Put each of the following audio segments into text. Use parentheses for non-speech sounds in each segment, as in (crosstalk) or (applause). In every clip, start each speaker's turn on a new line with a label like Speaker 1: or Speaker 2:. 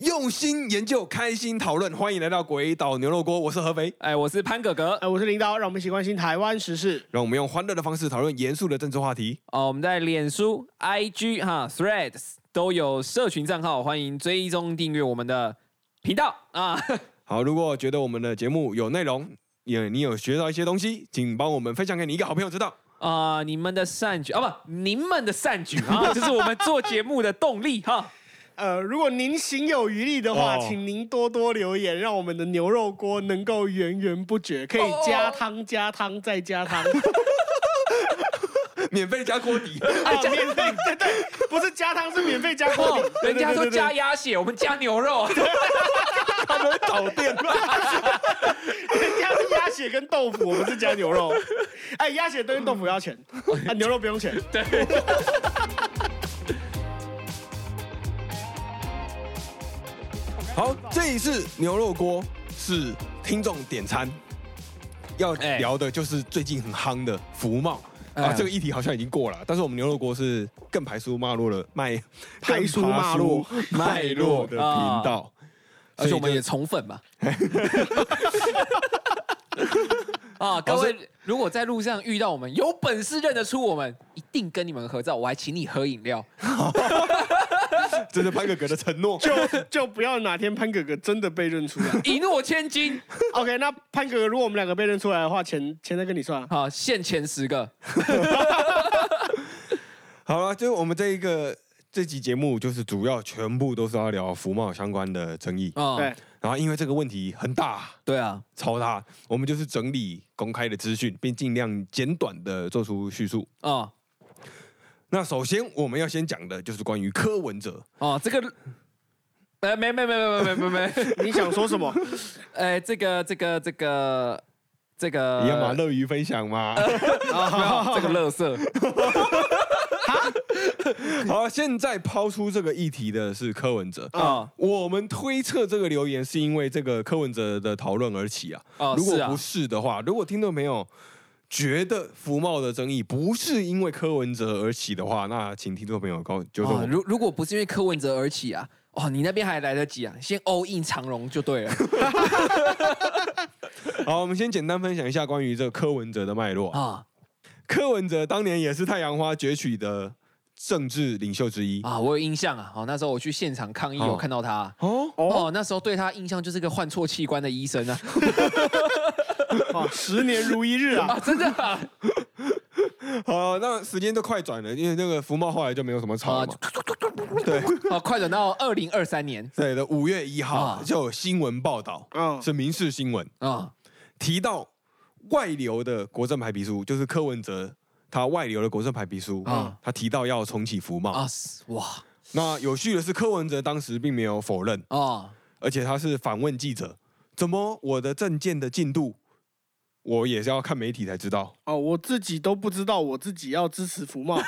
Speaker 1: 用心研究，开心讨论，欢迎来到鬼岛牛肉锅，我是合肥。
Speaker 2: 哎，我是潘哥哥。
Speaker 3: 哎，我是林导，让我们一起关心台湾时事。
Speaker 1: 让我们用欢乐的方式讨论严肃的政治话题。
Speaker 2: 哦，我们在脸书、IG 哈、Threads 都有社群账号，欢迎追踪订阅我们的频道啊。 (laughs)
Speaker 1: 好，如果觉得我们的节目有内容，也你有学到一些东西，请帮我们分享给你一个好朋友知道。
Speaker 2: 啊、你们的善举啊，不，您们的善举
Speaker 3: (laughs)
Speaker 2: 啊，这是我们做节目的动力哈。
Speaker 3: 呃，如果您行有余力的话，
Speaker 1: 哦
Speaker 3: 请您多多留言，让我们的牛肉锅能够源源不绝，可以
Speaker 2: 哦啊
Speaker 3: 加汤、加汤再加
Speaker 2: (laughs)
Speaker 3: 汤，
Speaker 1: 免费加锅底， (laughs)
Speaker 3: 啊，免费，对对，不是加汤，是免费加锅
Speaker 2: 哦
Speaker 3: 底。，
Speaker 2: 人家说
Speaker 3: 对对对对
Speaker 2: 加鸭血，我们加牛
Speaker 3: (laughs)
Speaker 2: 肉。
Speaker 1: 他们会导电吗？
Speaker 3: 人家是鸭血跟豆腐，我们是加牛肉。哎，鸭血跟豆腐要钱，啊，牛肉不用钱。
Speaker 1: 好，这一次牛肉锅是听众点餐，要
Speaker 2: 哎
Speaker 1: 聊的就是最近很夯的福茂。啊，
Speaker 2: 哎
Speaker 1: 这个议题好像已经过了，但是我们牛肉锅是更排除骂落了，卖
Speaker 3: 排除骂落
Speaker 1: 脉络的频道，
Speaker 2: 而且我们
Speaker 1: (laughs) 所以就
Speaker 2: 也宠粉
Speaker 3: (laughs)
Speaker 2: 嘛。啊，各位，如果在路上遇到我们，有本事认得出我们，一定跟你们合照，我还请你喝饮
Speaker 3: (laughs)
Speaker 2: 料。
Speaker 1: 这是潘哥哥的承诺。
Speaker 3: 就就不要哪天潘哥哥真的被认出来。
Speaker 2: 一诺千金，
Speaker 3: OK，那潘哥哥，如果我们两个被认出来的话，钱钱再跟你算啊。
Speaker 2: 好，现前十个，
Speaker 1: 好了，就我们这一个这集节目，就是主要全部都是要聊福茂相关的争议。
Speaker 2: 啊，
Speaker 3: 对，
Speaker 1: 然后因为这个问题很大，
Speaker 2: 对啊，
Speaker 1: 超大，我们就是整理公开的资讯，并尽量简短的做出叙述。
Speaker 2: 哦
Speaker 1: 那首先我们要先讲的就是关于柯文哲，
Speaker 2: 哦，这个，呃，没没没没没没没，
Speaker 3: 你想说什么？
Speaker 2: 哎，这个这个这个这个，
Speaker 1: 你要嘛乐于分享嘛。
Speaker 2: 啊没有这个乐色，
Speaker 1: (laughs) 好，现在抛出这个议题的是柯文哲。
Speaker 2: 啊
Speaker 1: 我们推测这个留言是因为这个柯文哲的讨论而起啊。
Speaker 2: 哦
Speaker 1: 如果
Speaker 2: 是啊
Speaker 1: 不是的话，如果听众朋友觉得福茂的争议不是因为柯文哲而起的话，那请听众朋友告纠正我
Speaker 2: 哦，
Speaker 1: 们。
Speaker 2: 如如果不是因为柯文哲而起啊，哦，你那边还来得及啊，先 all in 长荣就对
Speaker 1: (laughs)
Speaker 2: 了
Speaker 1: 好，我们先简单分享一下关于这个柯文哲的脉络啊。
Speaker 2: 啊
Speaker 1: 柯文哲当年也是太阳花攫取的政治领袖之一
Speaker 2: 啊！我有印象啊，哦，那时候我去现场抗议，
Speaker 1: 哦
Speaker 2: 有看到他。
Speaker 1: 哦。
Speaker 2: 哦，那时候对他印象就是个换错器官的医生啊！
Speaker 3: 哦，十年如一日啊！
Speaker 2: 啊，真的啊！
Speaker 1: (laughs) 好，那时间都快转了，因为那个福茂后来就没有什么吵
Speaker 2: 啊
Speaker 1: 了嘛。对
Speaker 2: 啊，快转到二零二三年
Speaker 1: 对的，五月一号
Speaker 2: 啊
Speaker 1: 就有新闻报道，
Speaker 3: 嗯
Speaker 1: 是民事新闻
Speaker 2: 啊
Speaker 1: 提到外流的国政排比书，就是柯文哲他外流的国政排比书
Speaker 2: 啊
Speaker 1: 他提到要重启福茂。
Speaker 2: 啊是哇
Speaker 1: 那有趣的是，柯文哲当时并没有否认，
Speaker 2: 啊
Speaker 1: 而且他是反问记者：怎么我的证件的进度，我也是要看媒体才知
Speaker 2: (laughs)
Speaker 1: 道。
Speaker 3: 哦，我自己都不知道我自己要支持福茂。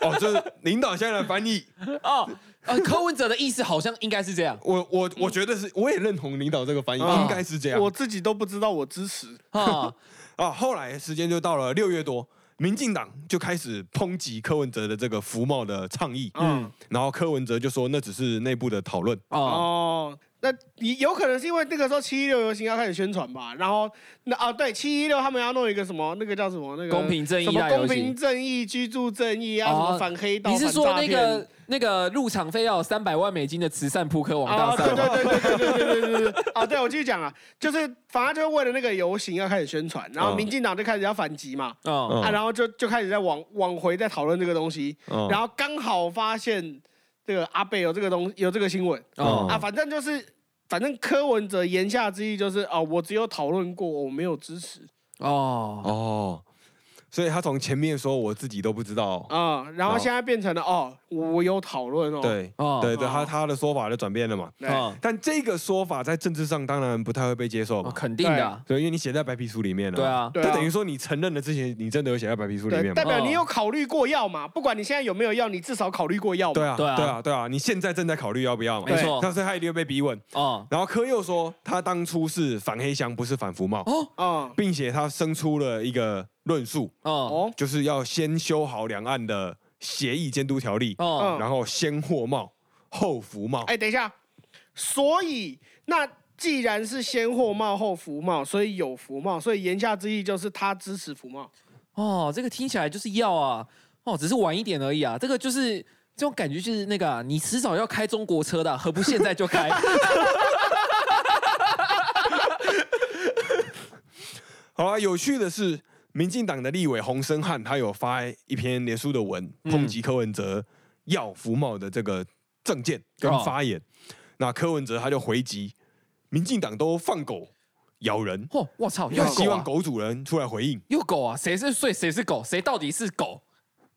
Speaker 1: 哦，这是领导现在的翻译，
Speaker 2: 哦啊！柯文哲的意思好像应该是这样
Speaker 1: 我我我觉得是，我也认同领导这个翻译，
Speaker 2: 啊
Speaker 1: 应该是这样
Speaker 3: 我自己都不知道我支持。
Speaker 2: 啊
Speaker 1: 啊。后来时间就到了六月多，民进党就开始抨击柯文哲的这个福茂的倡议，嗯
Speaker 3: 嗯，
Speaker 1: 然后柯文哲就说那只是内部的讨论，
Speaker 2: 啊
Speaker 3: (laughs) 哦，那你有可能是因为那个时候七一六游行要开始宣传吧，然后那啊对，七一六他们要弄一个什么，那个叫什么那个
Speaker 2: 公平正义
Speaker 3: 什么
Speaker 2: 大游
Speaker 3: 公
Speaker 2: 行
Speaker 3: 平正义、居住正义啊，什
Speaker 2: 哦
Speaker 3: 么反黑道、
Speaker 2: 你是
Speaker 3: 反
Speaker 2: 说
Speaker 3: 诈
Speaker 2: 那
Speaker 3: 骗
Speaker 2: 个那个入场费要三百万美金的慈善扑克网
Speaker 3: 啊，
Speaker 2: 大
Speaker 3: 对
Speaker 2: 赛吗？
Speaker 3: 对对对对对对对对。啊，对，我继续讲啊，就是反正就是为了那个游行要开始宣传，然后
Speaker 1: 嗯
Speaker 3: 民进党就开始要反击嘛，
Speaker 2: 啊
Speaker 1: 嗯
Speaker 3: 啊，然后就就开始在往往回在讨论这个东西，
Speaker 1: 嗯
Speaker 3: 然后刚好发现这个阿贝有这个东有这个新闻
Speaker 1: 哦
Speaker 3: 啊，反正就是反正柯文哲言下之意就是啊，我只有讨论过，我没有支持
Speaker 2: 哦
Speaker 1: 哦，所以他从前面说我自己都不知道，
Speaker 3: 啊，然
Speaker 1: 哦
Speaker 3: 后现在变成了哦，我有讨论哦，
Speaker 1: 对，
Speaker 2: 哦
Speaker 1: 对对，
Speaker 3: 哦
Speaker 1: 他他的说法就转变了嘛。
Speaker 3: 对
Speaker 2: 哦
Speaker 1: 但这个说法在政治上当然不太会被接受
Speaker 2: 哦，
Speaker 1: 嘛，
Speaker 2: 肯定的啊，
Speaker 1: 对，因为你写在白皮书里面了。
Speaker 2: 对啊
Speaker 3: 对
Speaker 1: 就
Speaker 3: 啊
Speaker 1: 等于说你承认了之前，你真的有写在白皮书里
Speaker 3: 对，
Speaker 1: 面哦
Speaker 3: 代
Speaker 1: 嘛？
Speaker 3: 表你有考虑过要嘛，不管你现在有没有要，你至少考虑过要嘛，
Speaker 1: 对啊，对
Speaker 2: 对
Speaker 1: 啊，
Speaker 2: 啊
Speaker 1: 对啊，对啊，你现在正在考虑要不要嘛？
Speaker 2: 没错
Speaker 1: 但是他一定会被逼问。
Speaker 2: 哦
Speaker 1: 然后柯又说，他当初是反黑箱，不是反服贸，
Speaker 2: 哦
Speaker 3: 啊，
Speaker 1: 并且他生出了一个论述，
Speaker 2: 哦
Speaker 3: 哦，
Speaker 1: 就是要先修好两岸的协议监督条例，
Speaker 2: 哦哎
Speaker 3: 嗯
Speaker 1: 然后先货贸后服贸。
Speaker 3: 哎，等一下，所以那既然是先货贸后服贸，所以有服贸，所以言下之意就是他支持服贸。
Speaker 2: 哦，这个听起来就是要啊，哦，只是晚一点而已啊。这个就是这种感觉，就是那个、啊、你迟早要开中国车的啊、何不现在就开？ (laughs)
Speaker 1: 好啊，有趣的是，民进党的立委洪生汉他有发一篇连书的文，
Speaker 2: 嗯
Speaker 1: 抨击柯文哲要服贸的这个政见跟
Speaker 2: 哦
Speaker 1: 发言。那柯文哲他就回击，民进党都放狗咬人，
Speaker 2: 嚯、我哦操，又
Speaker 1: 那
Speaker 2: 有
Speaker 1: 希
Speaker 2: 狗
Speaker 1: 望
Speaker 2: 啊，
Speaker 1: 狗主人出来回应。
Speaker 2: 又有狗啊，谁是睡谁是狗，谁到底是狗？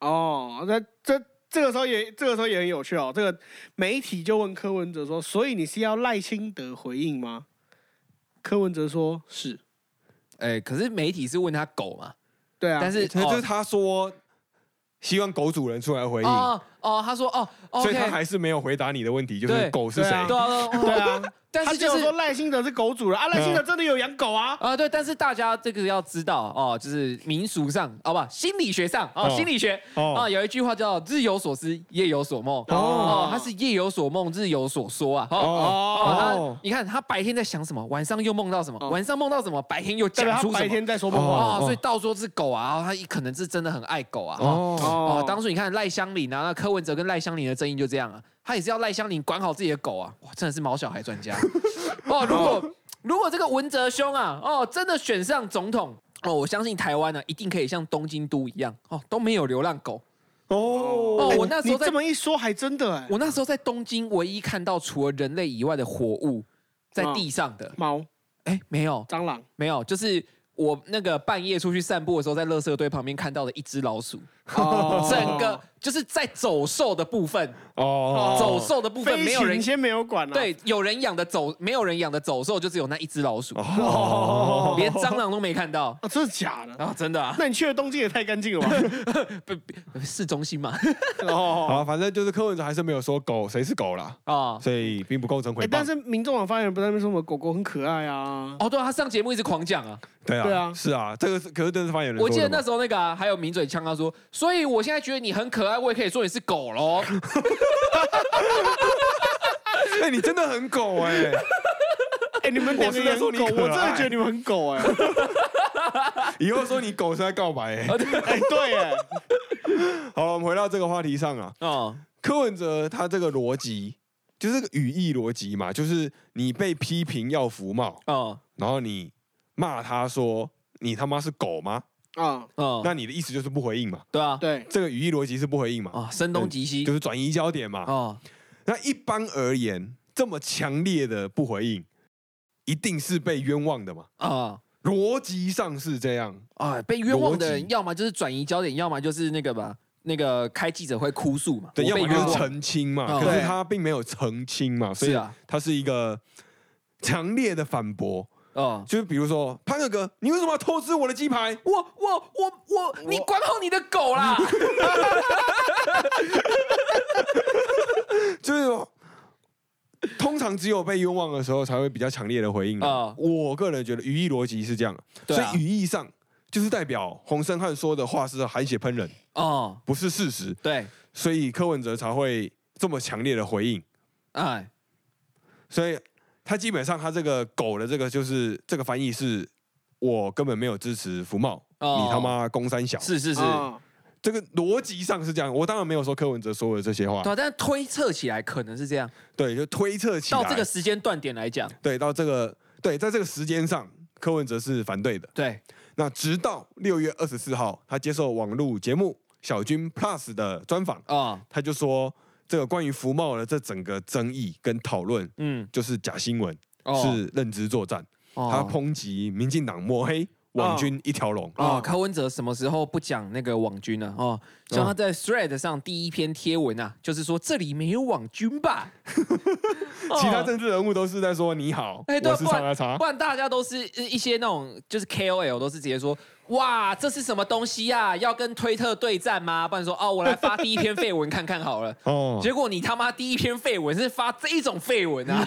Speaker 3: 哦，那这这个时候也这个时候也很有趣哦。这个媒体就问柯文哲说：“所以你是要赖清德回应吗？”柯文哲说：“是。
Speaker 2: 哎、可是媒体是问他狗嘛，”
Speaker 3: 对啊，
Speaker 2: 但是
Speaker 1: 这就是
Speaker 2: 哦
Speaker 1: 他说希望狗主人出来回应，
Speaker 2: 哦哦，他说哦
Speaker 1: 所以
Speaker 2: ，OK，
Speaker 1: 他还是没有回答你的问题，就是
Speaker 2: 对
Speaker 1: 狗是
Speaker 3: 对
Speaker 1: 谁。
Speaker 3: 啊
Speaker 2: 对啊，对啊
Speaker 3: 对，啊，
Speaker 2: (laughs) 但
Speaker 3: 他
Speaker 2: 是
Speaker 3: 只
Speaker 2: 就
Speaker 3: 有
Speaker 2: 是
Speaker 3: 说赖清德是狗主人啊，赖清德真的有养狗啊。
Speaker 2: 啊、对，但是大家这个要知道哦，就是民俗上，好吧，心理学上哦，
Speaker 1: 哦
Speaker 2: 心理学
Speaker 1: 哦
Speaker 2: 啊、有一句话叫“日有所思，夜有所梦”，
Speaker 1: 哦
Speaker 2: 哦，他是夜有所梦，日有所说啊，哦。哦
Speaker 1: 哦，
Speaker 2: 他你看他白天在想什么，晚上又梦到什么，
Speaker 3: 哦
Speaker 2: 晚上梦到什么，白天又讲
Speaker 3: 代表他
Speaker 2: 出
Speaker 3: 白
Speaker 2: 什么。
Speaker 3: 天在说梦话。
Speaker 1: 哦，
Speaker 2: 哦所以到说是狗啊，哦他可能是真的很爱狗啊。哦
Speaker 1: 哦，
Speaker 2: 哦，当初你看赖香林啊，那柯文哲跟赖香林的争议就这样啊，他也是要赖香林管好自己的狗啊，哇，真的是毛小孩专家哦。如果如果这个文哲兄啊，哦，真的选上总统哦，我相信台湾呢、一定可以像东京都一样哦，都没有流浪狗。
Speaker 1: 哦
Speaker 2: 哦我那时候
Speaker 3: 哎你
Speaker 2: 在
Speaker 3: 这么一说，还真的哎，
Speaker 2: 我那时候在东京唯一看到除了人类以外的活物在地上的，
Speaker 3: 猫、
Speaker 2: 哎，没有
Speaker 3: 蟑
Speaker 2: (laughs)
Speaker 3: 螂，
Speaker 2: 没有，就是。我那个半夜出去散步的时候，在垃圾堆旁边看到的一只老鼠，
Speaker 3: 哦
Speaker 2: 整个就是在走兽的部分，
Speaker 1: 哦
Speaker 2: 走兽的部分
Speaker 3: 飞
Speaker 2: 没有人
Speaker 3: 行先没有管啊。
Speaker 2: 对，有人养的走，没有人养的走兽就只有那一只老鼠，
Speaker 1: 哦
Speaker 2: 连蟑螂都没看 (laughs) 到
Speaker 3: 啊，真的假的？
Speaker 2: 啊！真的啊，
Speaker 3: 那你去的东京也太干净了吧？
Speaker 2: 市中心 (laughs) 嘛
Speaker 3: 哦，
Speaker 1: (laughs) 好，反正就是柯文哲还是没有说狗谁是狗啦，
Speaker 2: 啊。
Speaker 1: 所以并不构成
Speaker 3: 哎
Speaker 1: 回，
Speaker 3: 但
Speaker 1: 谤。
Speaker 3: 是民众党发言人不在那边说什么狗狗很可爱 (laughs) 啊？
Speaker 2: 哦，对啊，他上节目一直狂讲啊！
Speaker 1: 对啊，
Speaker 3: 对啊
Speaker 1: 是啊，这个是可是真的是发言人
Speaker 2: 我
Speaker 1: 说的嘛。
Speaker 2: 记得那时候那个啊，还有抿嘴呛他说，所以我现在觉得你很可爱，我也可以说你是狗喽。
Speaker 1: 哎，你真的很狗哎，
Speaker 3: 哎，你们两个也很狗，我真的觉得你们很狗哎。
Speaker 1: 以后说你狗是在告白哎。
Speaker 3: (laughs) 哎，对哎，
Speaker 1: 好了，我们回到这个话题上啊，
Speaker 2: (laughs) 哦，
Speaker 1: 柯文哲他这个逻辑就是这个语义逻辑嘛，就是你被批评要服贸，
Speaker 2: 哦，
Speaker 1: 然后你骂他说你他妈是狗吗？
Speaker 3: (laughs) 啊，
Speaker 2: 哦，
Speaker 1: 那你的意思就是不回应嘛？
Speaker 2: 对啊，
Speaker 3: 对，
Speaker 1: 这个语义逻辑是不回应嘛？
Speaker 2: 啊，声东击西
Speaker 1: 就，是转移焦点嘛。
Speaker 2: 哦，
Speaker 1: 那一般而言，这么强烈的不回应，一定是被冤枉的嘛？
Speaker 2: 啊
Speaker 1: 逻辑上是这样，
Speaker 2: 啊，被冤枉的
Speaker 1: 逻
Speaker 2: 人，
Speaker 1: 辑
Speaker 2: 要么就是转移焦点，要么就是那个吧，那个开记者会哭诉嘛，
Speaker 1: 对，
Speaker 2: 我
Speaker 1: 要
Speaker 2: 哦被
Speaker 1: 么
Speaker 2: 冤
Speaker 1: 就是
Speaker 2: 枉，
Speaker 1: 澄清嘛。
Speaker 2: 哦
Speaker 1: 可是
Speaker 3: 对
Speaker 1: 他并没有澄清嘛，所
Speaker 2: 是
Speaker 1: 以
Speaker 2: 啊，
Speaker 1: 他是一个强烈的反驳。
Speaker 2: 哦，
Speaker 1: 就是比如说，潘哥哥，你为什么要偷吃我的鸡排？
Speaker 2: 我我我我，你管好你的狗啦！
Speaker 1: 就是通常只有被冤枉的时候才会比较强烈的回应
Speaker 2: 啊
Speaker 1: 啊。我个人觉得语义逻辑是这样，
Speaker 2: 对
Speaker 1: 所
Speaker 2: 啊
Speaker 1: 以语义上就是代表洪胜汉说的话是含血喷人，
Speaker 2: (laughs) 哦，
Speaker 1: 不是事实，
Speaker 2: 对，
Speaker 1: 所以柯文哲才会这么强烈的回应。
Speaker 2: 哎，
Speaker 1: 所以他基本上他这个狗的这个就是这个翻译是。我根本没有支持福茂，
Speaker 2: 哦
Speaker 1: 你他妈公三小，
Speaker 2: 是是是，
Speaker 1: 嗯
Speaker 3: 啊
Speaker 1: 这个逻辑上是这样。我当然没有说柯文哲说的这些话
Speaker 2: 对，啊，但是推测起来可能是这样。
Speaker 1: 对，就推测起来。
Speaker 2: 到这个时间段点来讲，
Speaker 1: 对，到这个对，在这个时间上，柯文哲是反对的。
Speaker 2: 对，
Speaker 1: 那直到六月二十四号，他接受网络节目《小军 Plus》的专访，
Speaker 2: 哦，
Speaker 1: 他就说，这个关于福茂的这整个争议跟讨论，
Speaker 2: 嗯，
Speaker 1: 就是假新闻，
Speaker 2: 哦
Speaker 1: 是认知作战。他
Speaker 2: 哦，
Speaker 1: 抨击民进党抹黑网军一条龙。
Speaker 2: 哦，柯文哲什么时候不讲那个网军呢？哦，
Speaker 1: 嗯
Speaker 2: 像他在 Thread 上第一篇贴文啊，就是说这里没有网军吧？
Speaker 1: 其他
Speaker 2: 哦
Speaker 1: 政治人物都是在说你好，
Speaker 2: 哎对啊
Speaker 1: 我是叉叉叉
Speaker 2: 不。然大家都是呃一些那种就是 KOL 都是直接说哇这是什么东西呀、要跟推特对战吗？不然说哦我来发第一篇废文看看好了。
Speaker 1: (laughs) 哦，
Speaker 2: 结果你他妈第一篇废文是发这一种废文啊！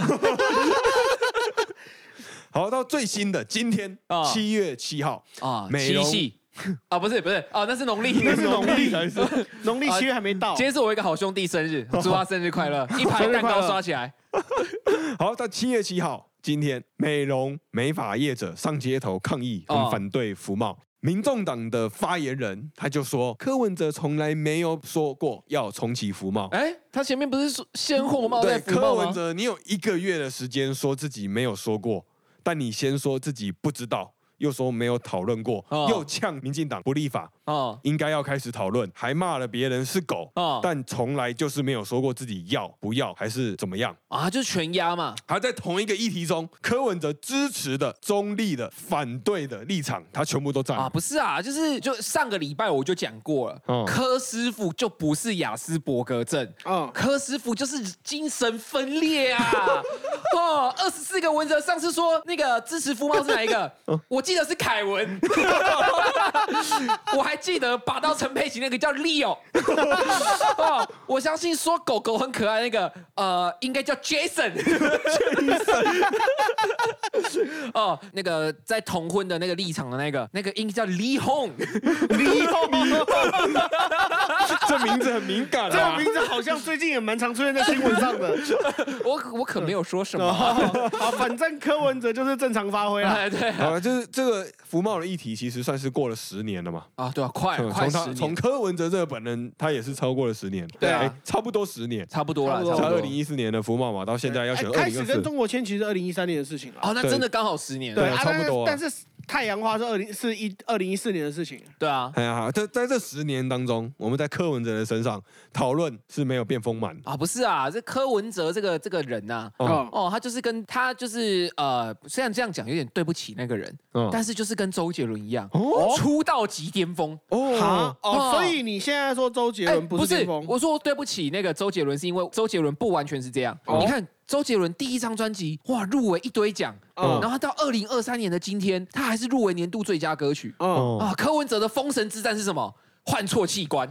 Speaker 1: 好，到最新的今天
Speaker 2: 哦
Speaker 1: 七月七号，
Speaker 2: 啊，
Speaker 1: 美
Speaker 2: 七
Speaker 1: 容
Speaker 2: 夕 (laughs) 啊，不是不是啊，那是农历，那
Speaker 3: 是
Speaker 2: (laughs)
Speaker 3: 农历
Speaker 1: 还是
Speaker 3: (laughs) 农历七月还没到
Speaker 2: 今。天是我一个好兄弟生日，祝他生日快乐！一排蛋糕刷起来。
Speaker 1: 好，那七月七号，今天美容美发业者上街头抗议，
Speaker 2: 哦
Speaker 1: 跟反对服贸。民众党的发言人他就说，柯文哲从来没有说过要重启服贸。
Speaker 2: 哎、他前面不是说先货贸
Speaker 1: 对
Speaker 2: 再，哦服
Speaker 1: 柯
Speaker 2: 贸
Speaker 1: 文
Speaker 2: 吗？
Speaker 1: 哲，你有一个月的时间说自己没有说过，但你先说自己不知道，又说没有讨论过，
Speaker 2: 哦
Speaker 1: 又呛民进党不立法，
Speaker 2: 哦
Speaker 1: 应该要开始讨论，还骂了别人是狗，
Speaker 2: 哦
Speaker 1: 但从来就是没有说过自己要不要还是怎么样。
Speaker 2: 啊，就是全压嘛。
Speaker 1: 而在同一个议题中，柯文哲支持的、中立的、反对的立场，他全部都占。
Speaker 2: 啊，不是啊，就是就上个礼拜我就讲过了，
Speaker 1: 嗯
Speaker 2: 柯师傅就不是雅斯伯格症，
Speaker 3: 嗯，
Speaker 2: 柯师傅就是精神分裂啊！ (laughs) 哦，二十四个文哲上次说那个支持福茂是哪一
Speaker 1: (laughs)
Speaker 2: 个？
Speaker 1: 哦
Speaker 2: 我记得是凯文， (laughs) 我还记得拔刀陈佩琪那个叫 Leo。哦，我相信说狗狗很可爱那个，呃，应该叫 Jason。哦，那个在同婚的那个立场的那个，那个应该叫 Lee Hong。
Speaker 3: 李勇，
Speaker 1: 这名字很敏感
Speaker 3: 这个
Speaker 1: 啊！
Speaker 3: 名字好像最近也蛮常出现在新闻上 (laughs) 的。
Speaker 2: 我我可没有说什么啊。
Speaker 3: 哦，好，反正柯文哲就是正常发挥啦。
Speaker 2: 哎， (laughs) 对
Speaker 1: (laughs) 好了，就是这个福茂的议题，其实算是过了十年了嘛。
Speaker 2: 啊，对啊，快
Speaker 1: 嗯
Speaker 2: 快
Speaker 1: 从
Speaker 2: 十
Speaker 1: 他从
Speaker 2: 年，
Speaker 1: 柯文哲这个本人，他也是超过了十年。
Speaker 2: 对啊
Speaker 1: 哎差不多十年，
Speaker 2: 差不多
Speaker 3: 差
Speaker 2: 了，
Speaker 3: 不多
Speaker 1: 从
Speaker 2: 差不
Speaker 1: 二
Speaker 2: 多
Speaker 1: 零。一四年的福茂嘛，到现在要选
Speaker 3: 哎
Speaker 1: 二
Speaker 3: 开
Speaker 1: 零
Speaker 3: 始
Speaker 1: 二
Speaker 3: 跟
Speaker 1: 四。
Speaker 3: 中国签，其实二零一三年的事情了。
Speaker 2: 哦，那
Speaker 1: 对
Speaker 2: 真的刚好十年。
Speaker 3: 啊对
Speaker 1: 对
Speaker 3: 啊，
Speaker 1: 差不多啊
Speaker 3: 但是但是太阳花是二零是一二零一四年的事情。
Speaker 2: 对啊，
Speaker 1: 哎呀，在在这十年当中，我们在柯文哲的身上讨论是没有变丰满的。
Speaker 2: 啊不是啊，这柯文哲这个这个人呐、
Speaker 1: 哦
Speaker 3: 哦，
Speaker 2: 哦，他就是跟他就是呃，虽然这样讲有点对不起那个人，
Speaker 1: 嗯
Speaker 2: 但是就是跟周杰伦一样，
Speaker 1: 哦
Speaker 2: 出道即巅峰。
Speaker 1: 哦
Speaker 3: 好，
Speaker 2: 哦
Speaker 3: 哦，所以你现在说周杰伦哎不
Speaker 2: 不
Speaker 3: 是
Speaker 2: 是
Speaker 3: 巅峰，
Speaker 2: 我说对不起那个周杰伦，是因为周杰伦不完全是这样。
Speaker 3: 哦
Speaker 2: 你看周杰伦第一张专辑，哇，入围一堆奖，
Speaker 1: 嗯
Speaker 3: 哦
Speaker 2: 然后他到二零二三年的今天，他还是入围年度最佳歌曲。
Speaker 3: 嗯，
Speaker 1: 哦
Speaker 2: 啊，柯文哲的封神之战是什么？换错器官，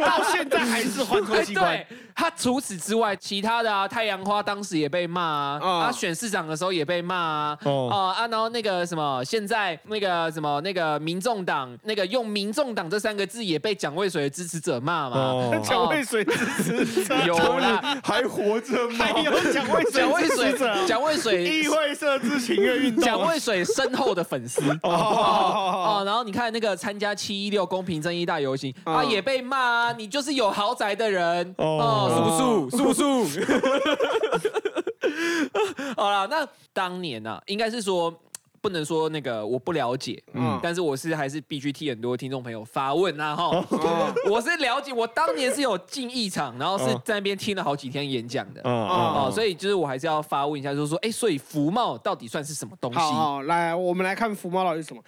Speaker 3: 到现在还是换错
Speaker 2: 哎，
Speaker 3: 器官。
Speaker 2: (laughs) 对他除此之外，其他的啊，太阳花当时也被骂啊，
Speaker 3: 哦
Speaker 2: 他选市长的时候也被骂啊，
Speaker 1: 哦
Speaker 2: 啊啊，然后那个什么，现在那个什么那个民众党，那个用民众党这三个字也被蒋渭水的支持者骂嘛。
Speaker 1: 哦，
Speaker 3: 蒋渭水支持者，
Speaker 2: 有啦，
Speaker 1: 还活着吗？哦
Speaker 3: 还有蒋渭
Speaker 2: 蒋
Speaker 3: 水
Speaker 2: 渭
Speaker 3: 支持
Speaker 2: 水，
Speaker 3: 者，
Speaker 2: 蒋渭
Speaker 3: (laughs) 议
Speaker 2: 水，
Speaker 3: 会设置情愿运动，
Speaker 2: 蒋渭水身后的粉丝。
Speaker 3: 哦，
Speaker 2: 哦，然后你看那个参加七一六公平正义大游行，
Speaker 3: 嗯
Speaker 2: 他也被骂啊，你就是有豪宅的人
Speaker 1: 哦，
Speaker 2: 哦是不是？是
Speaker 3: (laughs)
Speaker 2: 不是？好了，那当年呢、啊，应该是说。不能说那个我不了解，嗯
Speaker 3: 嗯，
Speaker 2: 但是我是还是必须替很多听众朋友发问啊哈，
Speaker 3: 嗯
Speaker 2: 我是了解，我当年是有进一场，然后是
Speaker 1: 嗯
Speaker 2: 在那边听了好几天演讲的，
Speaker 3: 嗯
Speaker 1: 啊
Speaker 2: 哦，所
Speaker 1: 以
Speaker 2: 以就是我还是要发问一下，就是说，哎，所以福茂到底算是什么东西？
Speaker 3: 好
Speaker 2: 哦，
Speaker 3: 好，来，我们来看福猫到底是什么。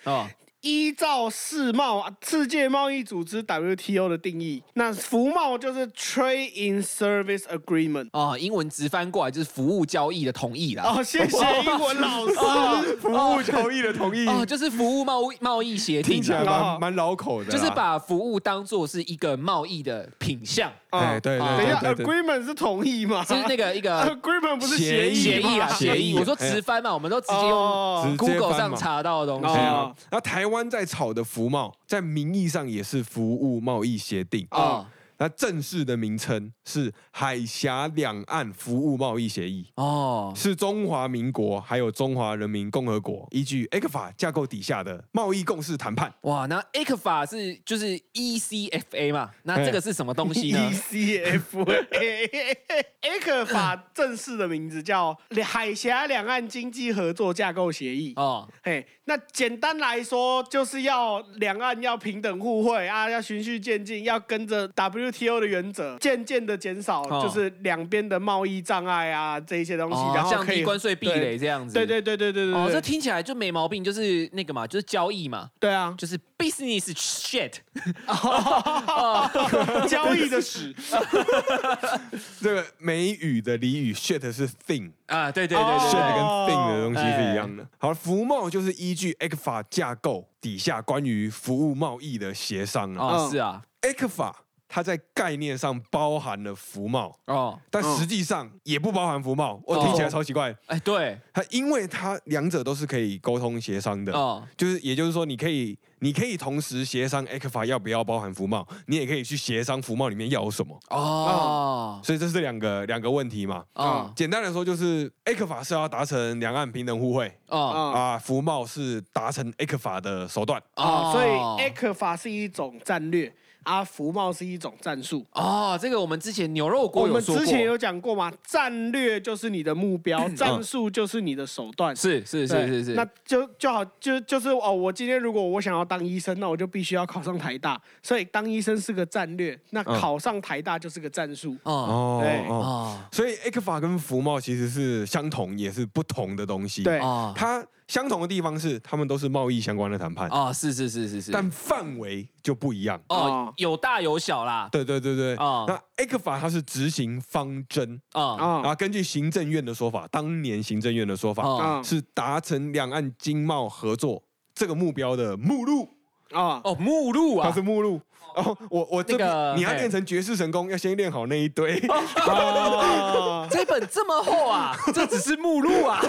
Speaker 3: 依照世贸世界贸易组织 WTO 的定义，那服贸就是 Trade in Service Agreement。
Speaker 2: 哦，英文直翻过来就是服务交易的同意啦。
Speaker 3: 哦，谢谢英文老师。
Speaker 1: 服务交易的同意
Speaker 2: 哦，就是服务贸易贸易协定
Speaker 1: 听起来
Speaker 2: 啦，
Speaker 1: 蛮蛮老口的啦，
Speaker 2: 就是把服务当做是一个贸易的品
Speaker 3: (laughs)
Speaker 2: 项，
Speaker 1: 哎对
Speaker 2: 啊
Speaker 1: 对
Speaker 3: 等一下
Speaker 1: 对对对，
Speaker 3: ，Agreement 哦是同意吗？
Speaker 2: 就是那个一个
Speaker 3: (laughs) Agreement 不是
Speaker 2: 协
Speaker 3: 议协
Speaker 2: 议啦，
Speaker 1: 吗
Speaker 2: 协
Speaker 1: 协议啊
Speaker 2: 议。我说直翻嘛，我们都直接用
Speaker 3: 哦
Speaker 1: 直接翻
Speaker 2: Google 上
Speaker 1: 嘛
Speaker 2: 查到的东
Speaker 1: 对
Speaker 2: 西。
Speaker 3: 哦
Speaker 1: 啊，那台湾在炒的服贸，在名义上也是服务贸易协定
Speaker 2: 哦
Speaker 1: 啊，那正式的名称是海峡两岸服务贸易协议。
Speaker 2: 哦
Speaker 1: 是中华民国还有中华人民共和国依据 A 克法架构底下的贸易共识谈判。
Speaker 2: 哇，那 ECFA 是就是 E ECFA 嘛，那这个是什么东西呢
Speaker 3: (laughs) E？C F A，A 克法正式的名字叫《海峡两岸经济合作架构协议》。
Speaker 2: 哦
Speaker 3: 嘿，那简单来说，就是要两岸要平等互惠啊，要循序渐进，要跟着 WTO 的原则，渐渐的减少
Speaker 2: 哦
Speaker 3: 就是两边的贸易障碍啊这一些东西，
Speaker 2: 哦
Speaker 3: 然，后
Speaker 2: 降
Speaker 3: 可以
Speaker 2: 低关税壁垒这样子。
Speaker 3: 对。对对对对对对，
Speaker 2: 哦，这听起来就没毛病，就是那个嘛，就是交易嘛，
Speaker 3: 对啊，
Speaker 2: 就是 business shit。
Speaker 3: 交易的史，
Speaker 1: 这个美语的俚语 shit 是 thing，
Speaker 2: 啊，对对对
Speaker 3: 哦
Speaker 2: 对对
Speaker 1: shit 跟
Speaker 3: 哦
Speaker 1: thing 的东西是一样
Speaker 2: 哎
Speaker 1: 的。好，服贸就是依据 A 克法架构底下关于服务贸易的协商啊。
Speaker 2: 哦，
Speaker 3: 嗯
Speaker 2: 是啊，
Speaker 1: A 克法它在概念上包含了服贸，
Speaker 2: 哦，
Speaker 1: 但
Speaker 3: 嗯
Speaker 1: 实际上也不包含服贸。我
Speaker 2: 哦
Speaker 1: 听起来超奇怪。
Speaker 2: 哎，对，
Speaker 1: 它因为它两者都是可以沟通协商的，
Speaker 2: 哦，
Speaker 1: 就是也就是说，你可以你可以同时协商 ECFA 要不要包含服贸，你也可以去协商服贸里面要有什么。
Speaker 2: 哦，
Speaker 1: 所以这是两个两个问题嘛。
Speaker 2: 哦，
Speaker 1: 简单来说，就是 ECFA 是要达成两岸平等互惠
Speaker 2: 哦，
Speaker 3: 啊
Speaker 1: 啊，服贸是达成 ECFA 的手段。
Speaker 2: 哦
Speaker 3: 啊，所以 ECFA 是一种战略，啊，服贸是一种战术。
Speaker 2: 哦，这个我们之前牛肉
Speaker 3: 我
Speaker 2: 锅哦有
Speaker 3: 们
Speaker 2: 说过，嗯
Speaker 3: 之前有讲过嘛，战略就是你的目标，战术就是你的手段。
Speaker 2: 是是是
Speaker 3: 对
Speaker 2: 是嗯是，
Speaker 3: 那就就好，就就是哦，我今天如果我想要当医生，那我就必须要考上台大，所以当医生是个战略，那
Speaker 1: 嗯
Speaker 3: 考上台大就是个战术。
Speaker 2: 哦
Speaker 1: 哦
Speaker 3: 对
Speaker 1: 哦，
Speaker 2: 哦
Speaker 1: 所以 ECFA 跟服贸其实是相同，也是不同的东西。
Speaker 3: 对，
Speaker 2: 哦
Speaker 1: 它相同的地方是，他们都是贸易相关的谈判，
Speaker 3: 啊
Speaker 2: 哦，是是是是是，
Speaker 1: 但范围就不一样。
Speaker 2: 哦有大有小啦，
Speaker 1: 对对对对，
Speaker 2: 哦
Speaker 1: 那 ECFA 它是执行方针，
Speaker 2: 哦
Speaker 3: 啊
Speaker 1: 然后根据行政院的说法，当年行政院的说法
Speaker 2: 哦
Speaker 3: 啊
Speaker 1: 是达成两岸经贸合作这个目标的目录，
Speaker 3: 啊
Speaker 2: 哦，目录
Speaker 1: 它
Speaker 2: 啊
Speaker 1: 是，目录。哦，我我这
Speaker 2: 那个
Speaker 1: 边你要
Speaker 2: 嘿
Speaker 1: 练成绝世神功，要先练好那一
Speaker 2: (laughs)
Speaker 1: 堆。
Speaker 3: 啊！
Speaker 2: 这本这么厚啊，这只是目录啊，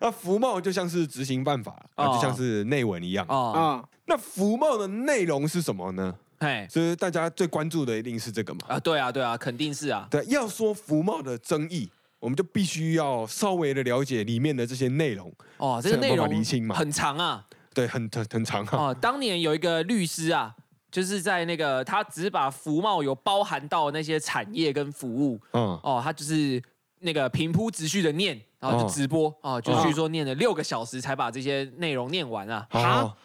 Speaker 1: 那服贸就像是执行办法，啊，
Speaker 2: 哦
Speaker 1: 就像是内文一样。
Speaker 2: 哦，
Speaker 3: 啊
Speaker 1: 那服贸的内容是什么呢？
Speaker 2: 嘿
Speaker 1: 就是大家最关注的一定是这个嘛。
Speaker 2: 啊，对啊对啊，肯定是啊，
Speaker 1: 对，要说服贸的争议，我们就必须要稍微的了解里面的这些内容。
Speaker 2: 哦，这个
Speaker 1: 这个
Speaker 2: 内
Speaker 1: 办法
Speaker 2: 容
Speaker 1: 厘清嘛
Speaker 2: 很长啊，
Speaker 1: 对，很很很长啊哈、
Speaker 2: 哦，当年有一个律师啊，就是在那个他只把服贸有包含到那些产业跟服务
Speaker 1: 嗯，
Speaker 2: 哦，他就是那个平铺直叙的念，然后就
Speaker 1: 哦
Speaker 2: 直播哦，就
Speaker 1: 哦
Speaker 2: 据说念了六个小时才把这些内容念完啊
Speaker 1: 好，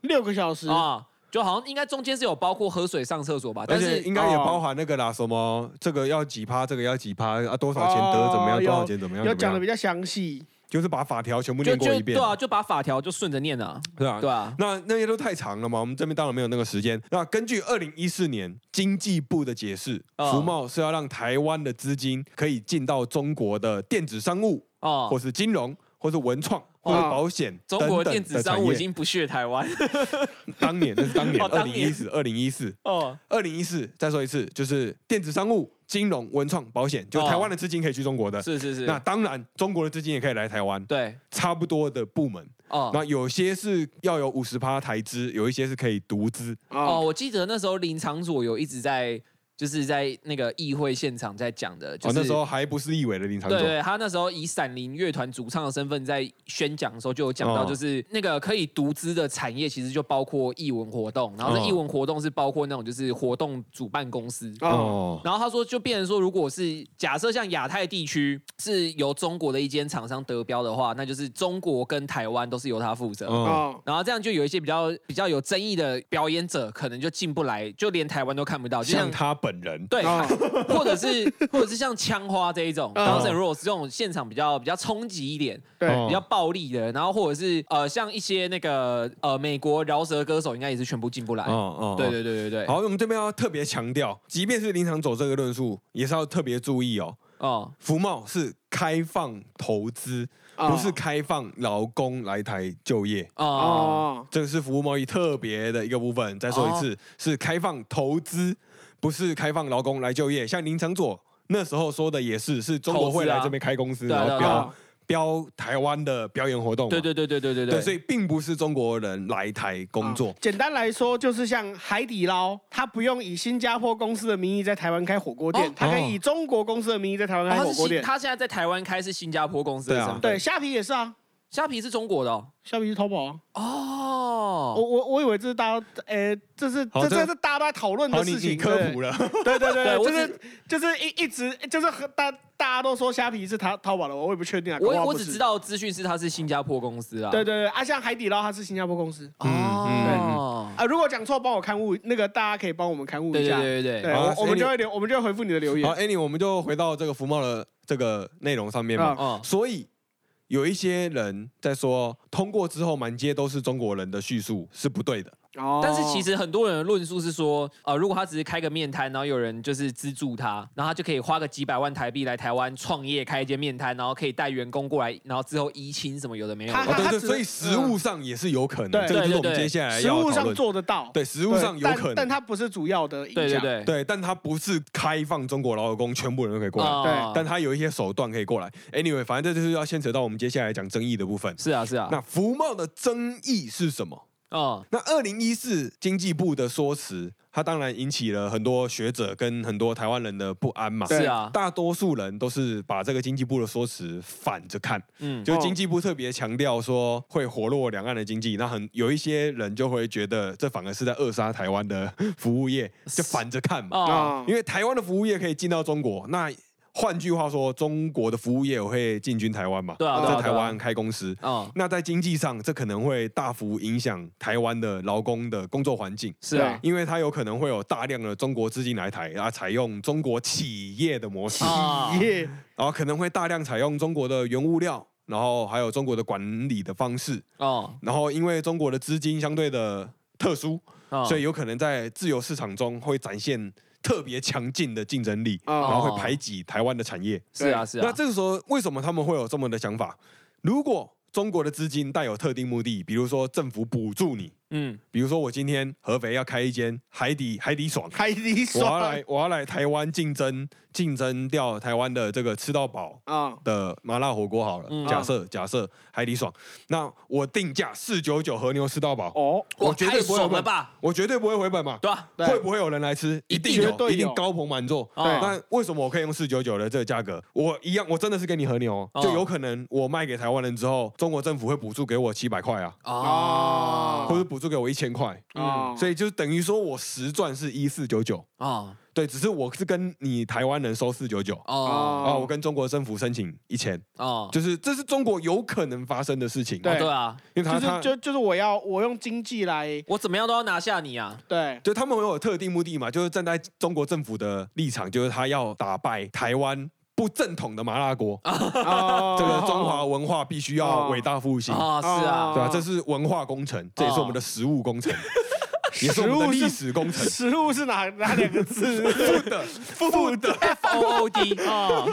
Speaker 3: 六个小时
Speaker 2: 啊、就好像应该中间是有包括喝水、上厕所吧，
Speaker 1: 而
Speaker 2: 但
Speaker 1: 且
Speaker 2: 是
Speaker 1: 应该也
Speaker 3: 哦
Speaker 1: 包含那个啦，什么这个要几趴，这个要几趴啊，多少钱得
Speaker 3: 哦
Speaker 1: 怎么样，
Speaker 3: 有
Speaker 1: 多少钱怎么样，
Speaker 3: 有
Speaker 1: 怎
Speaker 3: 讲
Speaker 1: 么
Speaker 3: 的
Speaker 1: 样，
Speaker 3: 比较详细
Speaker 1: 就是把法条全部
Speaker 2: 就
Speaker 1: 念过
Speaker 2: 就
Speaker 1: 一遍
Speaker 2: 对，啊，就把法条就顺着念啊，
Speaker 1: 对啊
Speaker 2: 对。啊，
Speaker 1: 那那些都太长了嘛，我们这边当然没有那个时间。那根据二零一四年经济部的解释，
Speaker 2: 哦
Speaker 1: 服贸是要让台湾的资金可以进到中国的电子商务，或
Speaker 2: 哦，
Speaker 1: 是金融，或是文创，或是保险等
Speaker 2: 中
Speaker 1: 等
Speaker 2: 国
Speaker 1: 的
Speaker 2: 电子
Speaker 1: 产
Speaker 2: 商务
Speaker 1: 业
Speaker 2: 已经不屑台湾
Speaker 1: 当年，那是当年，
Speaker 2: (laughs)
Speaker 1: 二
Speaker 2: 哦当
Speaker 1: 零
Speaker 2: 年
Speaker 1: 一四，二零一四，
Speaker 2: 哦
Speaker 1: 二零一四，再说一次，就是电子商务、金融、文创、保险，就
Speaker 2: 哦
Speaker 1: 台湾的资金可以去中国的。
Speaker 2: 是是是，
Speaker 1: 那当然，中国的资金也可以来台湾，
Speaker 2: 对
Speaker 1: 差不多的部门。
Speaker 2: 哦
Speaker 1: 那有些是要有五十趴台资，有一些是可以独资。
Speaker 2: 哦，
Speaker 3: 啊
Speaker 2: 我记得那时候林长佐有一直在，就是在那个议会现场在讲的，就
Speaker 1: 哦，
Speaker 2: 是、
Speaker 1: 那时候还不是立委的林长
Speaker 2: 对
Speaker 1: 总。
Speaker 2: 对，他那时候以闪灵乐团主唱的身份在宣讲的时候，就有讲到，
Speaker 1: 哦
Speaker 2: 就是、那个可以独资的产业，其实就包括艺文活动，然后这
Speaker 1: 哦
Speaker 2: 艺文活动是包括那种就是活动主办公司。
Speaker 3: 啊
Speaker 1: 哦，
Speaker 2: 然后他说，就变成说，如果是假设像亚太地区是由中国的一间厂商得标的话，那就是中国跟台湾都是由他负责。
Speaker 1: 哦，
Speaker 3: 啊！
Speaker 2: 然后这样就有一些比较比较有争议的表演者，可能就进不来，就连台湾都看不到，就像
Speaker 1: 像他哦本人。
Speaker 2: 对，
Speaker 3: 啊
Speaker 2: 或者是 (laughs) 或者是像枪花这一种
Speaker 3: 嗯
Speaker 2: d o w n Rose 这种现场比较比较冲击一点、
Speaker 3: 对
Speaker 1: 哦
Speaker 2: 比较暴力的，然后或者是呃像一些那个呃美国饶舌歌手，应该也是全部进不来。
Speaker 1: 哦哦，
Speaker 2: 对对对对对，
Speaker 1: 好，我们这边要特别强调，即便是林长走这个论述，也是要特别注意哦。
Speaker 2: 哦
Speaker 1: 服贸是开放投资，
Speaker 3: 啊
Speaker 1: 不是开放劳工来台就业，
Speaker 2: 哦
Speaker 3: 啊
Speaker 1: 这个是服务贸易特别的一个部分。再说一
Speaker 3: 哦
Speaker 1: 次，是开放投资，不是开放劳工来就业。像林长佐那时候说的也是，是中国会
Speaker 2: 投资啊
Speaker 1: 来这边开公司，
Speaker 2: 对啊
Speaker 1: 然后
Speaker 2: 对啊
Speaker 1: 标标台湾的表演活动嘛。
Speaker 2: 对对对对对对
Speaker 1: 对所以并不是中国人来台工作。
Speaker 3: 啊简单来说，就是像海底捞，它不用以新加坡公司的名义在台湾开火锅店
Speaker 2: 哦，
Speaker 3: 它可以以中国公司的名义在台湾
Speaker 2: 哦
Speaker 3: 开
Speaker 2: 他
Speaker 3: 火
Speaker 2: 是
Speaker 3: 锅
Speaker 2: 新
Speaker 3: 店。
Speaker 2: 他现在在台湾开是新加坡公司的
Speaker 1: 对啊
Speaker 2: 身份，
Speaker 3: 对，虾皮也是啊，
Speaker 2: 虾皮是中国的哦
Speaker 3: 虾皮是淘宝啊。
Speaker 1: Oh
Speaker 3: 我
Speaker 2: 哦，
Speaker 3: 我我以为这是大家，诶，这是
Speaker 1: 好
Speaker 3: 这
Speaker 1: 这
Speaker 3: 这是大家都在讨论
Speaker 1: 好，
Speaker 3: 的
Speaker 1: 你
Speaker 3: 事
Speaker 1: 你
Speaker 3: 情。
Speaker 1: 科
Speaker 3: 对
Speaker 1: 普了，
Speaker 3: 对对对，
Speaker 2: 对我
Speaker 3: 就是就是一一直就是和大大家都说虾皮是淘淘宝的，我也不确定啊。搞不
Speaker 2: 我
Speaker 3: 好
Speaker 2: 我
Speaker 3: 不
Speaker 2: 只
Speaker 3: 是
Speaker 2: 知。道资讯是他是新加坡公司啊。
Speaker 3: 对对对，啊，像海底捞它是新加坡公司
Speaker 1: 嗯
Speaker 2: 哦，
Speaker 3: 啊，如果讲错帮我刊物，那个大家可以帮我们刊物
Speaker 2: 对
Speaker 3: 一下。
Speaker 2: 对对对
Speaker 3: 对，
Speaker 2: 对，
Speaker 1: 好啊
Speaker 3: 我
Speaker 1: 所
Speaker 3: 我们
Speaker 1: 以你
Speaker 3: 就会留，我们就会回复你的留言
Speaker 1: 好。，Annie，我们哎就回到这个服贸的这个内容上面嘛。
Speaker 3: 啊
Speaker 2: 哦
Speaker 1: 所以有一些人在说，通过之后满街都是中国人的叙述是不对的。
Speaker 3: 哦
Speaker 2: 但是其实很多人的论述是说，呃，如果他只是开个面摊，然后有人就是资助他，然后他就可以花个几百万台币来台湾创业开一间面摊，然后可以带员工过来，然后之后移亲什么有的没有
Speaker 3: 他
Speaker 1: 哦
Speaker 2: 的。
Speaker 1: 对
Speaker 3: 他
Speaker 1: 对，
Speaker 3: 只
Speaker 1: 所以食物上也是有可能，
Speaker 3: 对
Speaker 1: 这个就是我
Speaker 2: 对
Speaker 1: 们
Speaker 2: 对对
Speaker 1: 接下来
Speaker 3: 食
Speaker 1: 要
Speaker 3: 物
Speaker 1: 讨
Speaker 3: 上
Speaker 1: 论。
Speaker 3: 做得到，
Speaker 1: 对，食物上有
Speaker 3: 但
Speaker 1: 可能，
Speaker 3: 但它不是主要的影
Speaker 2: 对对
Speaker 3: 响。
Speaker 2: 对，
Speaker 1: 对，但它不是开放中国劳务工全部人都可以过来，
Speaker 2: 啊
Speaker 1: 但它有一些手段可以过来。Anyway，反正这就是要牵扯到我们接下来讲争议的部分。
Speaker 2: 是啊是啊，
Speaker 1: 那福茂的争议是什么？
Speaker 2: 嗯
Speaker 1: 那二零一四经济部的说辞，它当然引起了很多学者跟很多台湾人的不安嘛。
Speaker 3: 对
Speaker 2: 是啊，
Speaker 1: 大多数人都是把这个经济部的说辞反着看，
Speaker 2: 嗯
Speaker 1: 就经济部特别强调说会活络两岸的经济，那很有一些人就会觉得这反而是在扼杀台湾的服务业，就反着看嘛。
Speaker 2: 啊
Speaker 3: 啊，
Speaker 1: 因为台湾的服务业可以进到中国，那换句话说，中国的服务业会进军台湾嘛？
Speaker 2: 对啊对啊
Speaker 1: 在台
Speaker 2: 对啊
Speaker 1: 湾开公司。
Speaker 2: 嗯
Speaker 1: 那在经济上，这可能会大幅影响台湾的劳工的工作环境，
Speaker 2: 是啊
Speaker 1: 因为它有可能会有大量的中国资金来台，啊，采用中国企业的模式，
Speaker 2: 啊
Speaker 3: 耶，
Speaker 1: 然后可能会大量采用中国的原物料，然后还有中国的管理的方式，
Speaker 2: 哦
Speaker 1: 然后因为中国的资金相对的特殊，
Speaker 2: 哦，
Speaker 1: 所以有可能在自由市场中会展现特别强劲的竞争力，
Speaker 3: 哦
Speaker 1: 然后会排挤台湾的产业。
Speaker 2: 是啊是
Speaker 1: 那
Speaker 2: 啊，
Speaker 1: 这个时候，为什么他们会有这么的想法？如果中国的资金带有特定目的，比如说政府补助你，
Speaker 2: 嗯
Speaker 1: 比如说我今天合肥要开一间海
Speaker 2: (laughs)
Speaker 1: 底海底爽，
Speaker 3: 海底
Speaker 1: 我要
Speaker 3: 爽
Speaker 1: 来我要来台湾竞争竞争掉台湾的这个吃到饱
Speaker 3: 啊，
Speaker 1: 的麻辣火锅好了，
Speaker 2: 嗯
Speaker 1: 假设假设海底爽，那我定价四九九和牛吃到饱，
Speaker 3: 哦，
Speaker 1: 我
Speaker 2: 哇
Speaker 1: 绝对
Speaker 2: 太
Speaker 1: 不会回
Speaker 2: 爽了
Speaker 1: 本
Speaker 2: 吧？
Speaker 1: 我绝对不会回本嘛，
Speaker 2: 对啊，
Speaker 3: 对
Speaker 1: 会不会有人来吃？
Speaker 2: 一
Speaker 1: 一
Speaker 2: 定
Speaker 1: 定
Speaker 3: 绝
Speaker 1: 有，
Speaker 3: 对
Speaker 1: 一定
Speaker 3: 有
Speaker 1: 高朋满座。
Speaker 3: 嗯
Speaker 2: 哦
Speaker 1: 那为什么我可以用四九九的这个价格？我一样，我真的是跟你和牛
Speaker 2: 哦
Speaker 1: 哦，就有可能我卖给台湾人之后，中国政府会补助给我七百块啊，
Speaker 2: 哦
Speaker 1: 或者补助给我一千块，
Speaker 3: 哦
Speaker 1: 嗯所以就等于说我实赚是一四九九，
Speaker 2: 哦
Speaker 1: 对，只是我是跟你台湾人收四九九。
Speaker 2: 哦
Speaker 3: 哦
Speaker 1: 啊！我跟中国政府申请一千，
Speaker 2: 哦，
Speaker 1: 就是这是中国有可能发生的事情，
Speaker 3: 对
Speaker 2: 对啊，
Speaker 1: 因为
Speaker 3: 就
Speaker 1: 他
Speaker 3: 是
Speaker 1: 他
Speaker 3: 就就是我要我用经济来
Speaker 2: 我怎么样都要拿下你啊！
Speaker 1: (laughs)
Speaker 3: 对
Speaker 1: 就他们会有特定目的嘛，就是站在中国政府的立场，就是他要打败台湾不正统的麻辣锅，
Speaker 3: 哦
Speaker 1: 这个中华文化必须要伟大复兴，
Speaker 2: 啊，是啊
Speaker 3: 哦
Speaker 1: 对，吧、这是文化工
Speaker 2: 哦
Speaker 1: 程，这也是我们的实物工程，
Speaker 2: (laughs)
Speaker 1: 也是我们的历史工程。
Speaker 3: (laughs) 食物是哪哪两个字？
Speaker 1: 负
Speaker 2: (laughs)
Speaker 1: 的，负的，
Speaker 2: O O
Speaker 3: (laughs)
Speaker 2: D 啊
Speaker 3: 哦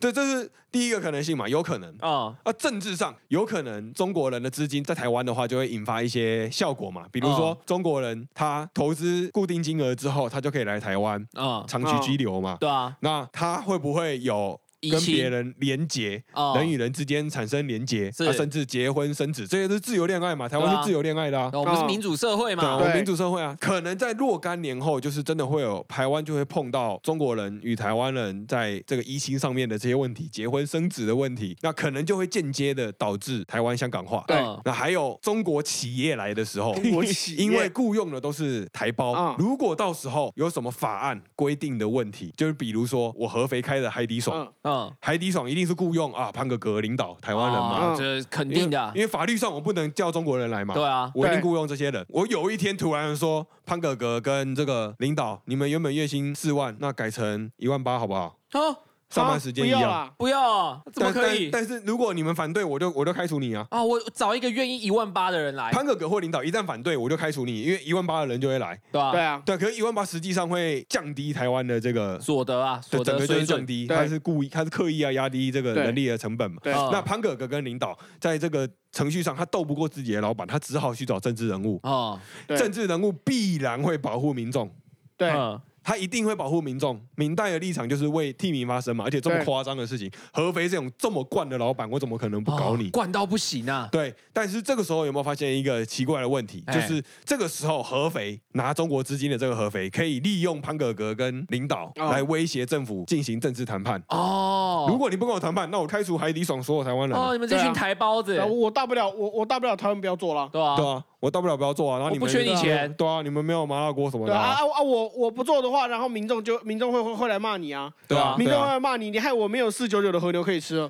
Speaker 1: 对，这是第一个可能性嘛，有可能。
Speaker 2: 啊
Speaker 1: 啊，政治上有可能中国人的资金在台湾的话，就会引发一些效果嘛，比如说
Speaker 2: 哦
Speaker 1: 中国人他投资固定金额之后，他就可以来台湾
Speaker 2: 啊，
Speaker 1: 长期居留嘛，
Speaker 2: 对啊，
Speaker 1: 那他会不会有
Speaker 2: 移
Speaker 1: 跟
Speaker 2: 情
Speaker 1: 别人连结？
Speaker 2: 啊，
Speaker 1: 人与人之间产生连结，
Speaker 2: 是
Speaker 1: 啊、甚至结婚生子，这些都是自由恋爱嘛？台湾
Speaker 2: 对啊
Speaker 1: 是自由恋爱的啊，
Speaker 2: 我们是民主社会
Speaker 1: 对啊，
Speaker 2: 嘛
Speaker 1: 我，们
Speaker 3: 对
Speaker 1: 民主社会啊，可能在若干年后，就是真的会有台湾就会碰到中国人与台湾人在这个移情上面的这些问题，结婚生子的问题，那可能就会间接的导致台湾香港化。
Speaker 3: 对
Speaker 2: 嗯
Speaker 1: 那还有中国企业来的时候，
Speaker 3: 中国企业
Speaker 1: 因为雇佣的都是台胞，
Speaker 3: 嗯
Speaker 1: 如果到时候有什么法案规定的问题，就是比如说我合肥开的海底爽，
Speaker 3: 嗯
Speaker 2: 嗯，
Speaker 1: 海底爽一定是雇佣啊潘格格领导台
Speaker 2: 台
Speaker 1: 湾人嘛，
Speaker 3: 嗯
Speaker 2: 这肯
Speaker 1: 因为
Speaker 2: 定的啊
Speaker 1: 因，为法律上我不能叫中国人来嘛，
Speaker 2: 对啊，
Speaker 1: 我一定
Speaker 3: 对
Speaker 1: 雇佣这些人。我有一天突然说潘哥哥跟这个领导，你们原本月薪四万，那改成一万八好不好？
Speaker 2: 啊，
Speaker 1: (laughs) 上
Speaker 3: 啊
Speaker 1: 班时间
Speaker 3: 不
Speaker 1: 一
Speaker 3: 要
Speaker 1: 样。
Speaker 3: 啦，
Speaker 2: 不要啊，怎
Speaker 1: 但
Speaker 2: 么可以？
Speaker 1: 但？但是如果你们反对，我就我就开除你啊！
Speaker 2: 啊，我找一个愿意一万八的人来，
Speaker 1: 潘哥哥或领导一旦反对，我就开除你，因为一万八的人就会来。
Speaker 2: 对吧
Speaker 3: 对？啊，
Speaker 1: 对，可是一万八实际上会降低台湾的这个，
Speaker 2: 所得啊，
Speaker 1: 对
Speaker 2: 所
Speaker 1: 整
Speaker 2: 得
Speaker 1: 个就
Speaker 2: 水
Speaker 1: 是降
Speaker 2: 准
Speaker 1: 低。
Speaker 3: 对
Speaker 1: 他是故意，他是刻意要啊压低这个
Speaker 3: 对
Speaker 1: 人力的成本嘛。
Speaker 3: 对
Speaker 2: 啊
Speaker 1: 那潘哥哥跟领导在这个程序上，他斗不过自己的老板，他只好去找政治人物。
Speaker 2: 哦，
Speaker 3: 对
Speaker 1: 政治人物必然会保护民众，
Speaker 3: 对
Speaker 2: 嗯
Speaker 1: 他一定会保护民众。明代的立场就是为替民发声嘛，而且这么
Speaker 3: 对
Speaker 1: 夸张的事情，合肥这种这么惯的老板，我怎么可能不搞你
Speaker 2: 哦？惯到不行啊，
Speaker 1: 对，但是这个时候有没有发现一个奇怪的问题？
Speaker 2: 哎
Speaker 1: 就是这个时候，合肥拿中国资金的这个合肥，可以利用潘格格跟领导
Speaker 3: 哦
Speaker 1: 来威胁政府进行政治谈判。
Speaker 2: 哦，
Speaker 1: 如果你不跟我谈判，那我开除海底爽所有台湾人啊，
Speaker 2: 哦，你们这群
Speaker 3: 对啊
Speaker 2: 台包子，
Speaker 3: 然后
Speaker 2: 对
Speaker 3: 我大不了我我大不了台湾不要做了，
Speaker 2: 吧
Speaker 1: 对？啊，我大不了不要做啊。然后你们
Speaker 2: 哦我不缺你钱
Speaker 1: 对啊，你们没有麻辣锅什么
Speaker 3: 对
Speaker 1: 的
Speaker 3: 啊
Speaker 1: 啊，
Speaker 3: 啊啊我我不做的话，然后民众就民众会会会来骂你啊，
Speaker 1: 对
Speaker 2: 啊
Speaker 1: 啊，
Speaker 3: 民
Speaker 1: 对
Speaker 3: 众会
Speaker 1: 啊，
Speaker 3: 来骂你，你害我没有四九九的和牛可以吃
Speaker 1: (laughs)
Speaker 3: 了，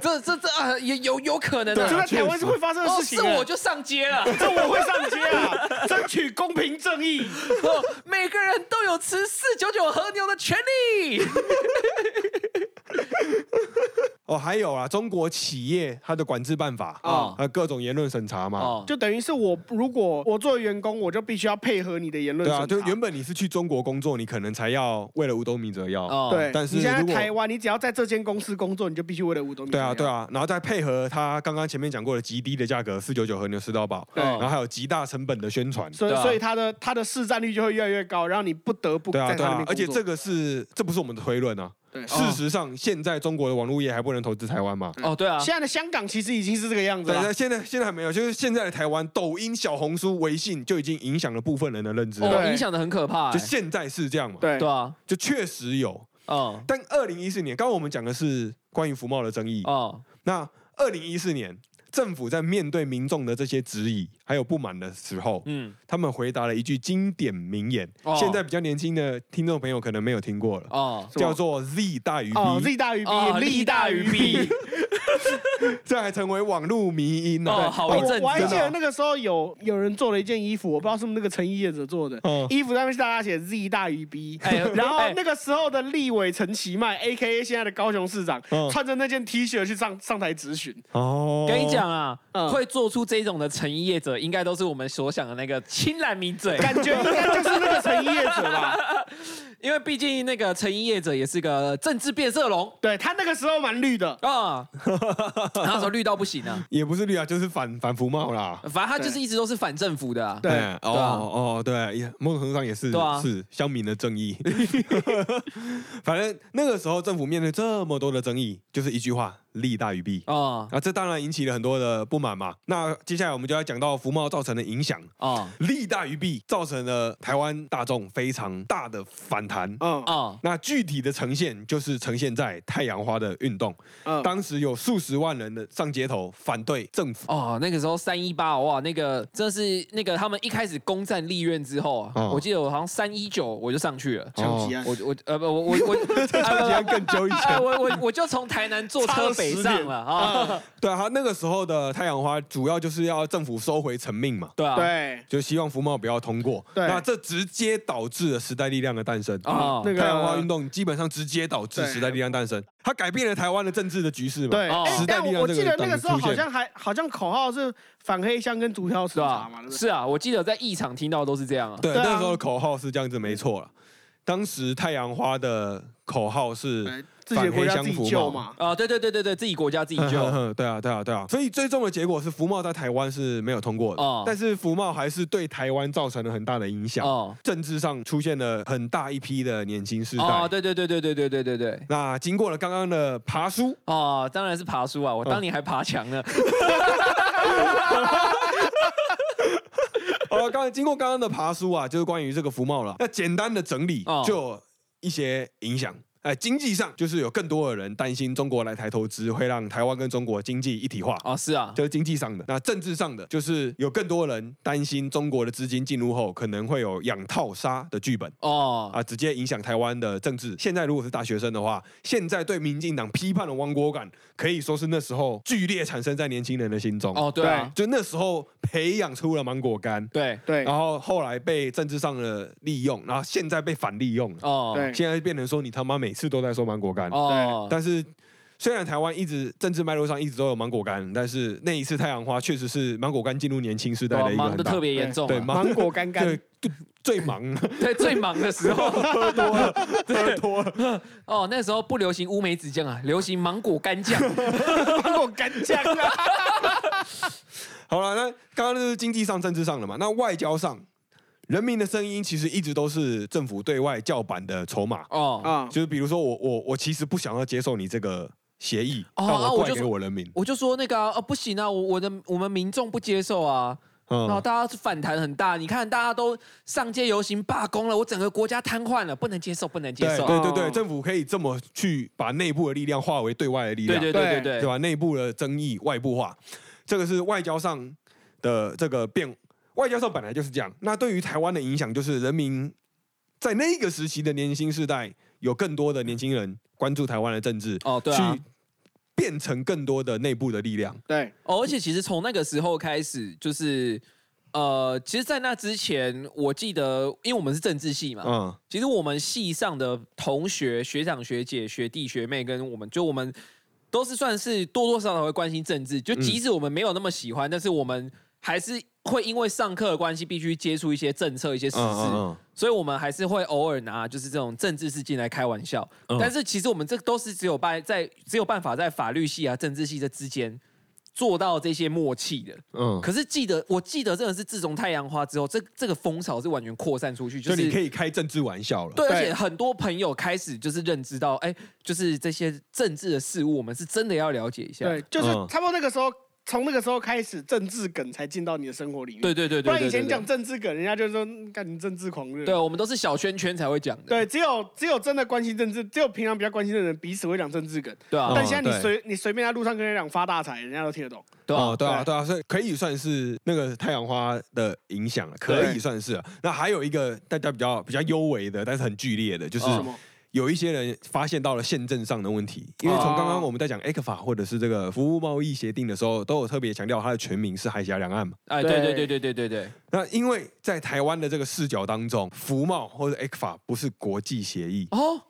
Speaker 2: 这这这啊，也有有可能
Speaker 1: 啊
Speaker 3: 这
Speaker 2: 的。
Speaker 3: 在台湾是会发生的
Speaker 2: 哦，
Speaker 3: 事情
Speaker 2: 是
Speaker 3: 欸，
Speaker 2: 我就上街了。
Speaker 3: 这我会上街 (laughs) 啊，争取公平正义。
Speaker 2: 哦每个人都有吃四九九和牛的权利。
Speaker 1: 哦，还有啊，中国企业它的管制办法，
Speaker 2: 哦
Speaker 1: 呃，各种言论审查嘛。
Speaker 2: 哦，
Speaker 3: 就等于是我如果我作为员工，我就必须要配合你的言论
Speaker 1: 对
Speaker 3: 审
Speaker 1: 啊，
Speaker 3: 查。
Speaker 1: 就原本你是去中国工作，你可能才要为了五斗米折腰。
Speaker 2: 哦
Speaker 3: 对，
Speaker 1: 但是
Speaker 3: 你现在
Speaker 1: 如果
Speaker 3: 台湾，你只要在这间公司工作，你就必须为了五斗米折
Speaker 1: 对
Speaker 3: 腰。
Speaker 1: 啊，对啊，然后再配合他刚刚前面讲过的极低的价格，四九九和牛吃到饱，
Speaker 3: 对
Speaker 2: 哦
Speaker 1: 然后还有极大成本的宣传。
Speaker 3: 所以、
Speaker 2: 对啊
Speaker 3: 所以他的他的市占率就会越来越高，让你不得不
Speaker 1: 对啊，
Speaker 3: 在
Speaker 1: 对
Speaker 3: 他那
Speaker 1: 啊
Speaker 3: 边
Speaker 1: 而
Speaker 3: 工作、，哦
Speaker 1: 且这个是这不是我们的推论啊。
Speaker 3: 对
Speaker 1: 事实上，现在中国的网络业还不能投资台湾嘛？
Speaker 2: 哦，对啊，
Speaker 3: 现在的香港其实已经是这个样子
Speaker 1: 对，
Speaker 3: 了
Speaker 1: 那。现在现在还没有，就是现在的台湾，抖音、小红书、微信就已经影响了部分人的认知了。
Speaker 2: 哦，
Speaker 3: 对啊
Speaker 2: 影响的很可怕
Speaker 1: 就
Speaker 2: 欸，
Speaker 1: 现在是这样嘛？，
Speaker 3: 对
Speaker 2: 对啊，
Speaker 1: 就确实有。
Speaker 2: 哦
Speaker 1: 但二零一四年，刚刚我们讲的是关于服贸的争议。
Speaker 2: 哦，
Speaker 1: 那二零一四年，政府在面对民众的这些质疑还有不满的时候，
Speaker 2: 嗯，
Speaker 1: 他们回答了一句经典名言，
Speaker 2: 哦
Speaker 1: 现在比较年轻的听众朋友可能没有听过了，
Speaker 2: 哦，
Speaker 3: 什么
Speaker 1: 叫做 “Z 大于 B”，、
Speaker 3: 哦，Z 大于 B，
Speaker 2: 哦
Speaker 3: 利大于
Speaker 2: 利
Speaker 3: B。
Speaker 1: 这还成为网络迷因呢、啊
Speaker 2: 哦好
Speaker 3: 我
Speaker 2: 一阵子
Speaker 3: 我还记
Speaker 2: 真的
Speaker 3: 得那个时候有有人做了一件衣服，我不知道是不是那个陈毅业者做的，
Speaker 1: 嗯
Speaker 3: 衣服上面是大家写 Z 大于 B，
Speaker 2: 哎
Speaker 3: 然后
Speaker 2: 哎
Speaker 3: 那个时候的立委陈其迈 （A.K.A. 现在的高雄市长）
Speaker 1: 嗯
Speaker 3: 穿着那件 T 恤去上上台质询，
Speaker 1: 哦，
Speaker 2: (laughs) 跟你讲啊，
Speaker 3: 嗯
Speaker 2: 会做出这种的成衣业者，应该都是我们所想的那个青蓝名嘴，
Speaker 3: 感觉应该就是那个陈毅业者
Speaker 2: (laughs)
Speaker 3: 吧？
Speaker 2: 因为毕竟那个成衣业者也是个政治变色龙
Speaker 3: 对他那个时候蛮绿的， (laughs)
Speaker 2: 啊，那时候绿到不行啊，
Speaker 1: 也不是绿啊，就是反反服贸啦。
Speaker 2: 反正他就是一直都是反政府的啊。
Speaker 3: 对
Speaker 1: 哎哦
Speaker 2: 对啊
Speaker 1: 哦，对，也某种程度上也是，
Speaker 2: 对啊
Speaker 1: 是乡民的正义。反正那个时候政府面对这么多的争议，就是一句话：利大于弊。
Speaker 2: 哦
Speaker 1: 啊，这当然引起了很多的不满嘛。那接下来我们就要讲到服贸造成的影响，
Speaker 2: 哦
Speaker 1: 利大于弊造成了台湾大众非常大的反弹。
Speaker 3: 嗯
Speaker 2: 哦
Speaker 1: 那具体的呈现就是呈现在太阳花的运动，
Speaker 3: 嗯，
Speaker 1: 当时有数十万人的上街头反对政府。
Speaker 2: 哦，那个时候三一八哇，那个真的是那个他们一开始攻占立院之后啊，
Speaker 1: 哦
Speaker 2: 我记得我好像三一九我就上去了。
Speaker 3: 抢
Speaker 1: 啊
Speaker 3: 劫案
Speaker 2: 我我呃不我我我
Speaker 1: 这
Speaker 2: 啊
Speaker 1: 样更久以
Speaker 2: 不不
Speaker 1: 前
Speaker 2: 啊，我我我就从台南坐车北上了啊，
Speaker 1: 对啊，他那个时候的太阳花主要就是要政府收回成命嘛，
Speaker 2: (laughs) 对啊，
Speaker 3: 对。
Speaker 1: 就希望服贸不要通过。
Speaker 3: 对
Speaker 1: 那这直接导致了时代力量的诞生。
Speaker 2: 哦
Speaker 3: 那个
Speaker 1: 太阳花运动基本上直接导致
Speaker 3: 对
Speaker 1: 时代力量诞生，它改变了台湾的政治的局势嘛。
Speaker 3: 对，
Speaker 2: 哦
Speaker 3: 哎
Speaker 1: 时代
Speaker 3: 但
Speaker 1: 力量
Speaker 3: 我
Speaker 1: 这
Speaker 3: 记
Speaker 1: 个
Speaker 3: 得那个
Speaker 1: 党
Speaker 3: 时候
Speaker 1: 出
Speaker 3: 好
Speaker 1: 现
Speaker 3: 像还好像口号是反黑箱跟竹条审
Speaker 2: 对
Speaker 3: 查
Speaker 2: 啊
Speaker 3: 嘛，对，不对？
Speaker 2: 是啊，我记得在异场听到都是这样啊。
Speaker 1: 对，
Speaker 3: 对啊
Speaker 1: 那时候的口号是这样子，没错了。当时太阳花的口号是，
Speaker 3: 对，自己的国家
Speaker 1: 反黑箱
Speaker 3: 自己
Speaker 1: 服
Speaker 3: 救
Speaker 1: 嘛
Speaker 3: 嘛。
Speaker 2: 啊，对对对对对，自己国家自己
Speaker 1: 呵呵
Speaker 2: 救。
Speaker 1: 呵 (laughs) 对啊，对啊，对啊。所以最终的结果是服贸在台湾是没有通过的，
Speaker 2: 哦
Speaker 1: 但是服贸还是对台湾造成了很大的影响，
Speaker 2: (laughs) 哦
Speaker 1: 政治上出现了很大一批的年轻世代。
Speaker 2: 哦，对对对对对对对对对。
Speaker 1: 那经过了刚刚的爬
Speaker 2: (laughs)
Speaker 1: 书，
Speaker 2: 哦，当然是爬书啊，我当年还爬墙呢。
Speaker 1: 哦，刚经过刚刚的爬书啊，就是关于这个服贸了。那简单的整理
Speaker 2: 哦
Speaker 1: 就有一些影响。哎，经济上就是有更多的人担心中国来台投资会让台湾跟中国经济一体化，
Speaker 2: 哦，是啊，
Speaker 1: 就是经济上的。那政治上的，就是有更多人担心中国的资金进入后可能会有养套杀的剧本
Speaker 2: 哦
Speaker 1: 啊，直接影响台湾的政治。现在如果是大学生的话，现在对民进党批判的亡国感，可以说是那时候剧烈产生在年轻人的心中。
Speaker 2: 哦，对啊，
Speaker 1: 就那时候培养出了芒果干，
Speaker 2: 对
Speaker 3: 对
Speaker 1: 然后后来被政治上的利用，然后现在被反利用了。
Speaker 2: 哦
Speaker 3: 对
Speaker 1: 现在变成说你他妈每次都在说芒果干，
Speaker 2: 哦，
Speaker 1: 但是虽然台湾一直政治脉络上一直都有芒果干，但是那一次太阳花确实是芒果干进入年轻世代
Speaker 2: 对啊
Speaker 1: 的一个
Speaker 2: 忙
Speaker 1: 很
Speaker 2: 的
Speaker 1: 大
Speaker 2: 特别严重啊，
Speaker 1: 对忙
Speaker 3: 芒果干干
Speaker 1: 对，对最忙 (laughs)
Speaker 2: 对最忙的时候
Speaker 1: 喝多了，喝多了，
Speaker 2: (laughs) 哦，那时候不流行乌梅子酱啊，流行芒果
Speaker 1: (laughs)
Speaker 2: 干酱。
Speaker 3: 芒果干酱啊，
Speaker 1: 好了，那刚刚就是经济上、政治上了嘛，那外交上，人民的声音其实一直都是政府对外叫板的筹码，
Speaker 2: (laughs) 哦，
Speaker 3: 啊，
Speaker 1: 就是比如说我我我其实不想要接受你这个协议，
Speaker 2: 哦
Speaker 1: 但
Speaker 2: 啊
Speaker 1: 我
Speaker 2: 我
Speaker 1: 怪
Speaker 2: 就
Speaker 1: 给
Speaker 2: 说
Speaker 1: 我人民，
Speaker 2: 我就说那个啊，哦不行啊，我我的我们民众不接受啊，
Speaker 1: 嗯
Speaker 2: 然后大家反弹很大，你看大家都上街游行罢工了，我整个国家瘫痪了，不能接受，不能接
Speaker 1: 对
Speaker 2: 受。啊
Speaker 1: 对对对，
Speaker 3: 哦
Speaker 1: 政府可以这么去把内部的力量化为对外的力
Speaker 2: 对
Speaker 1: 量，
Speaker 2: 对对对
Speaker 1: 对
Speaker 2: 对，
Speaker 1: 吧？内部的争议外部化，这个是外交上的这个变，外交上本来就是这样。那对于台湾的影响，就是人民在那个时期的年轻世代，有更多的年轻人关注台湾的政治，
Speaker 2: 哦对啊
Speaker 1: 去，变成更多的内部的力量。
Speaker 3: 对，
Speaker 2: 哦，而且其实从那个时候开始，就是呃，其实，在那之前，我记得，因为我们是政治系嘛，
Speaker 1: 嗯，
Speaker 2: 其实我们系上的同学、学长、学姐、学弟、学妹，跟我们就我们都是算是多多少少会关心政治。
Speaker 1: 嗯
Speaker 2: 就即使我们没有那么喜欢，但是我们还是会因为上课的关系，必须接触一些政策、一些时事，
Speaker 1: 嗯
Speaker 2: 所以我们还是会偶尔拿就是这种政治事件来开玩笑。
Speaker 1: 嗯
Speaker 2: 但是其实我们这都是只有办在只有办法在法律系啊、政治系这之间做到这些默契的。
Speaker 1: 嗯，
Speaker 2: 可是记得，我记得真的是自从太阳花之后，这这个风潮是完全扩散出去，
Speaker 1: 就
Speaker 2: 就是
Speaker 1: 你可以开政治玩笑了。
Speaker 2: 对，
Speaker 3: 对
Speaker 2: 而且很多朋友开始就是认知到，哎，就是这些政治的事物，我们是真的要了解一下。
Speaker 3: 对，就是
Speaker 1: 嗯
Speaker 3: 差不多那个时候，从那个时候开始，政治梗才进到你的生活里面。
Speaker 2: 对对对对对
Speaker 3: 不然以
Speaker 2: 对
Speaker 3: 前
Speaker 2: 对
Speaker 3: 讲政治梗，人家就说嗯干你政治狂热。
Speaker 2: 对，我们都是小圈圈才会讲的。
Speaker 3: 对只有只有真的关心政治，只有平常比较关心的人彼此会讲政治梗。
Speaker 2: 对啊
Speaker 1: 嗯，
Speaker 3: 但现在你
Speaker 1: 对
Speaker 3: 随你随便在路上跟人家讲发大财，人家都听得懂。
Speaker 2: 对啊
Speaker 1: 哦，，对啊，
Speaker 3: 对
Speaker 1: 对啊，所以可以算是那个太阳花的影响了，可
Speaker 3: 对
Speaker 1: 以算是啊。那还有一个大家比较比较优微的，但是很剧烈的，就是
Speaker 2: 嗯
Speaker 3: 什么？
Speaker 1: 有一些人发现到了宪政上的问题，因为从刚刚我们在讲 ECFA 或者是这个服务贸易协定的时候，都有特别强调它的全名是海峡两岸嘛。
Speaker 2: 哎，对对
Speaker 3: 对
Speaker 2: 对对对对对，
Speaker 1: 那因为在台湾的这个视角当中，服贸或者 ECFA 不是国际协议，
Speaker 2: 哦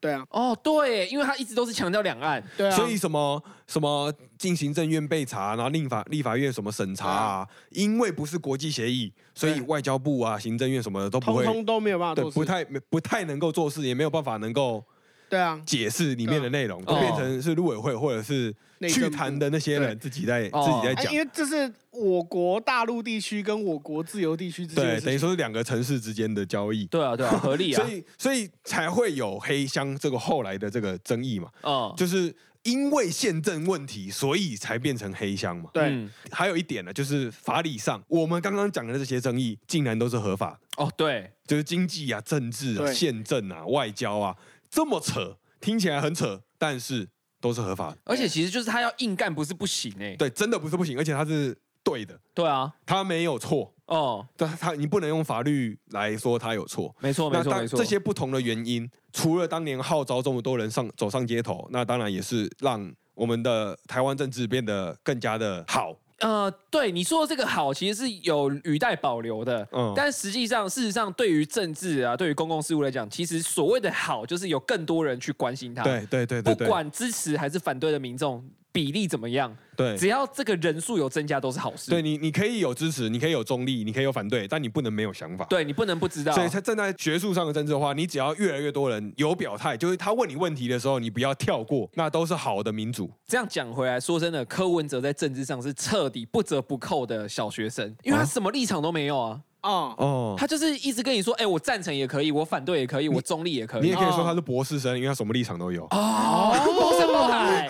Speaker 3: 对啊，
Speaker 2: 哦，对，因为他一直都是强调两岸，
Speaker 3: 对啊。
Speaker 1: 所以什么什么进行政院备查，然后立法立法院什么审查啊，因为不是国际协议，所以
Speaker 3: 对
Speaker 1: 外交部啊、行政院什么的都不
Speaker 3: 通
Speaker 1: 会，
Speaker 3: 通都没有办法
Speaker 1: 对，
Speaker 3: 做
Speaker 1: 不
Speaker 3: 事。
Speaker 1: 太不太能够做事，也没有办法能够
Speaker 3: 对啊，
Speaker 1: 解释里面的内容，
Speaker 2: 对
Speaker 1: 都
Speaker 2: 啊
Speaker 1: 变成是陆委会或者是
Speaker 3: 哦内
Speaker 1: 去
Speaker 3: 政部
Speaker 1: 谈的那些人自己在
Speaker 2: 哦
Speaker 1: 自己在
Speaker 3: 哎
Speaker 1: 讲
Speaker 3: 因，为这是我国大陆地区跟我国自由地区之间的
Speaker 1: 对，
Speaker 3: 事
Speaker 1: 等于
Speaker 3: 情。
Speaker 1: 说是两个城市之间的交易。
Speaker 2: 对啊对啊，合理啊
Speaker 1: 所，以，所以才会有黑箱这个后来的这个争议嘛，
Speaker 3: 哦
Speaker 2: 嗯，
Speaker 1: 就是因为宪政问题，所以才变成黑箱嘛。
Speaker 3: 对，
Speaker 2: 嗯
Speaker 1: 还有一点呢，就是法理上，我们刚刚讲的这些争议，竟然都是合法的，
Speaker 2: 哦对，
Speaker 1: 就是经济啊、政治啊、
Speaker 3: 对
Speaker 1: 宪政啊、外交啊，这么扯，听起来很扯，但是都是合法的。
Speaker 2: 而且其实就是他要硬干不是不行哎，
Speaker 1: 对，真的不是不行，而且它是对的，
Speaker 2: 对啊，
Speaker 1: 它没有错，
Speaker 2: 哦，
Speaker 1: 但它你不能用法律来说它有错。
Speaker 2: 没错哦没
Speaker 1: 那
Speaker 2: 错
Speaker 1: 当
Speaker 2: 没错，
Speaker 1: 这些不同的原因，除了当年号召这么多人上走上街头，那当然也是让我们的台湾政治变得更加的好。
Speaker 2: 呃，对你说的这个好，其实是有语带保留的，
Speaker 1: 嗯
Speaker 2: 但实际上，事实上，对于政治啊，对于公共事务来讲，其实所谓的好，就是有更多人去关心它，
Speaker 1: 对对对对
Speaker 2: 不
Speaker 1: 对，
Speaker 2: 管支持还是反对的民众比例怎么样，
Speaker 1: 对
Speaker 2: 只要这个人数有增加，都是好事。
Speaker 1: 对你，你可以有支持，你可以有中立，你可以有反对，但你不能没有想法。
Speaker 2: 对，啊你不能不知道
Speaker 1: 所。以，他站在学术上的政治的话，你只要越来越多人有表态，就是他问你问题的时候，你不要跳过，那都是好的民主。
Speaker 2: 这样讲回来，说真的，柯文哲在政治上是彻底不折不扣的小学生，因为他
Speaker 1: 啊
Speaker 2: 什么立场都没有啊，
Speaker 3: 啊，
Speaker 1: 哦，
Speaker 2: 他就是一直跟你说，哎、我赞成也可以，我反对也可以，我中立也可
Speaker 1: 你
Speaker 2: 以
Speaker 1: 也。可以说
Speaker 3: 哦
Speaker 1: 他是博士生，因为他什么立场都有。
Speaker 2: 哦，包山包海，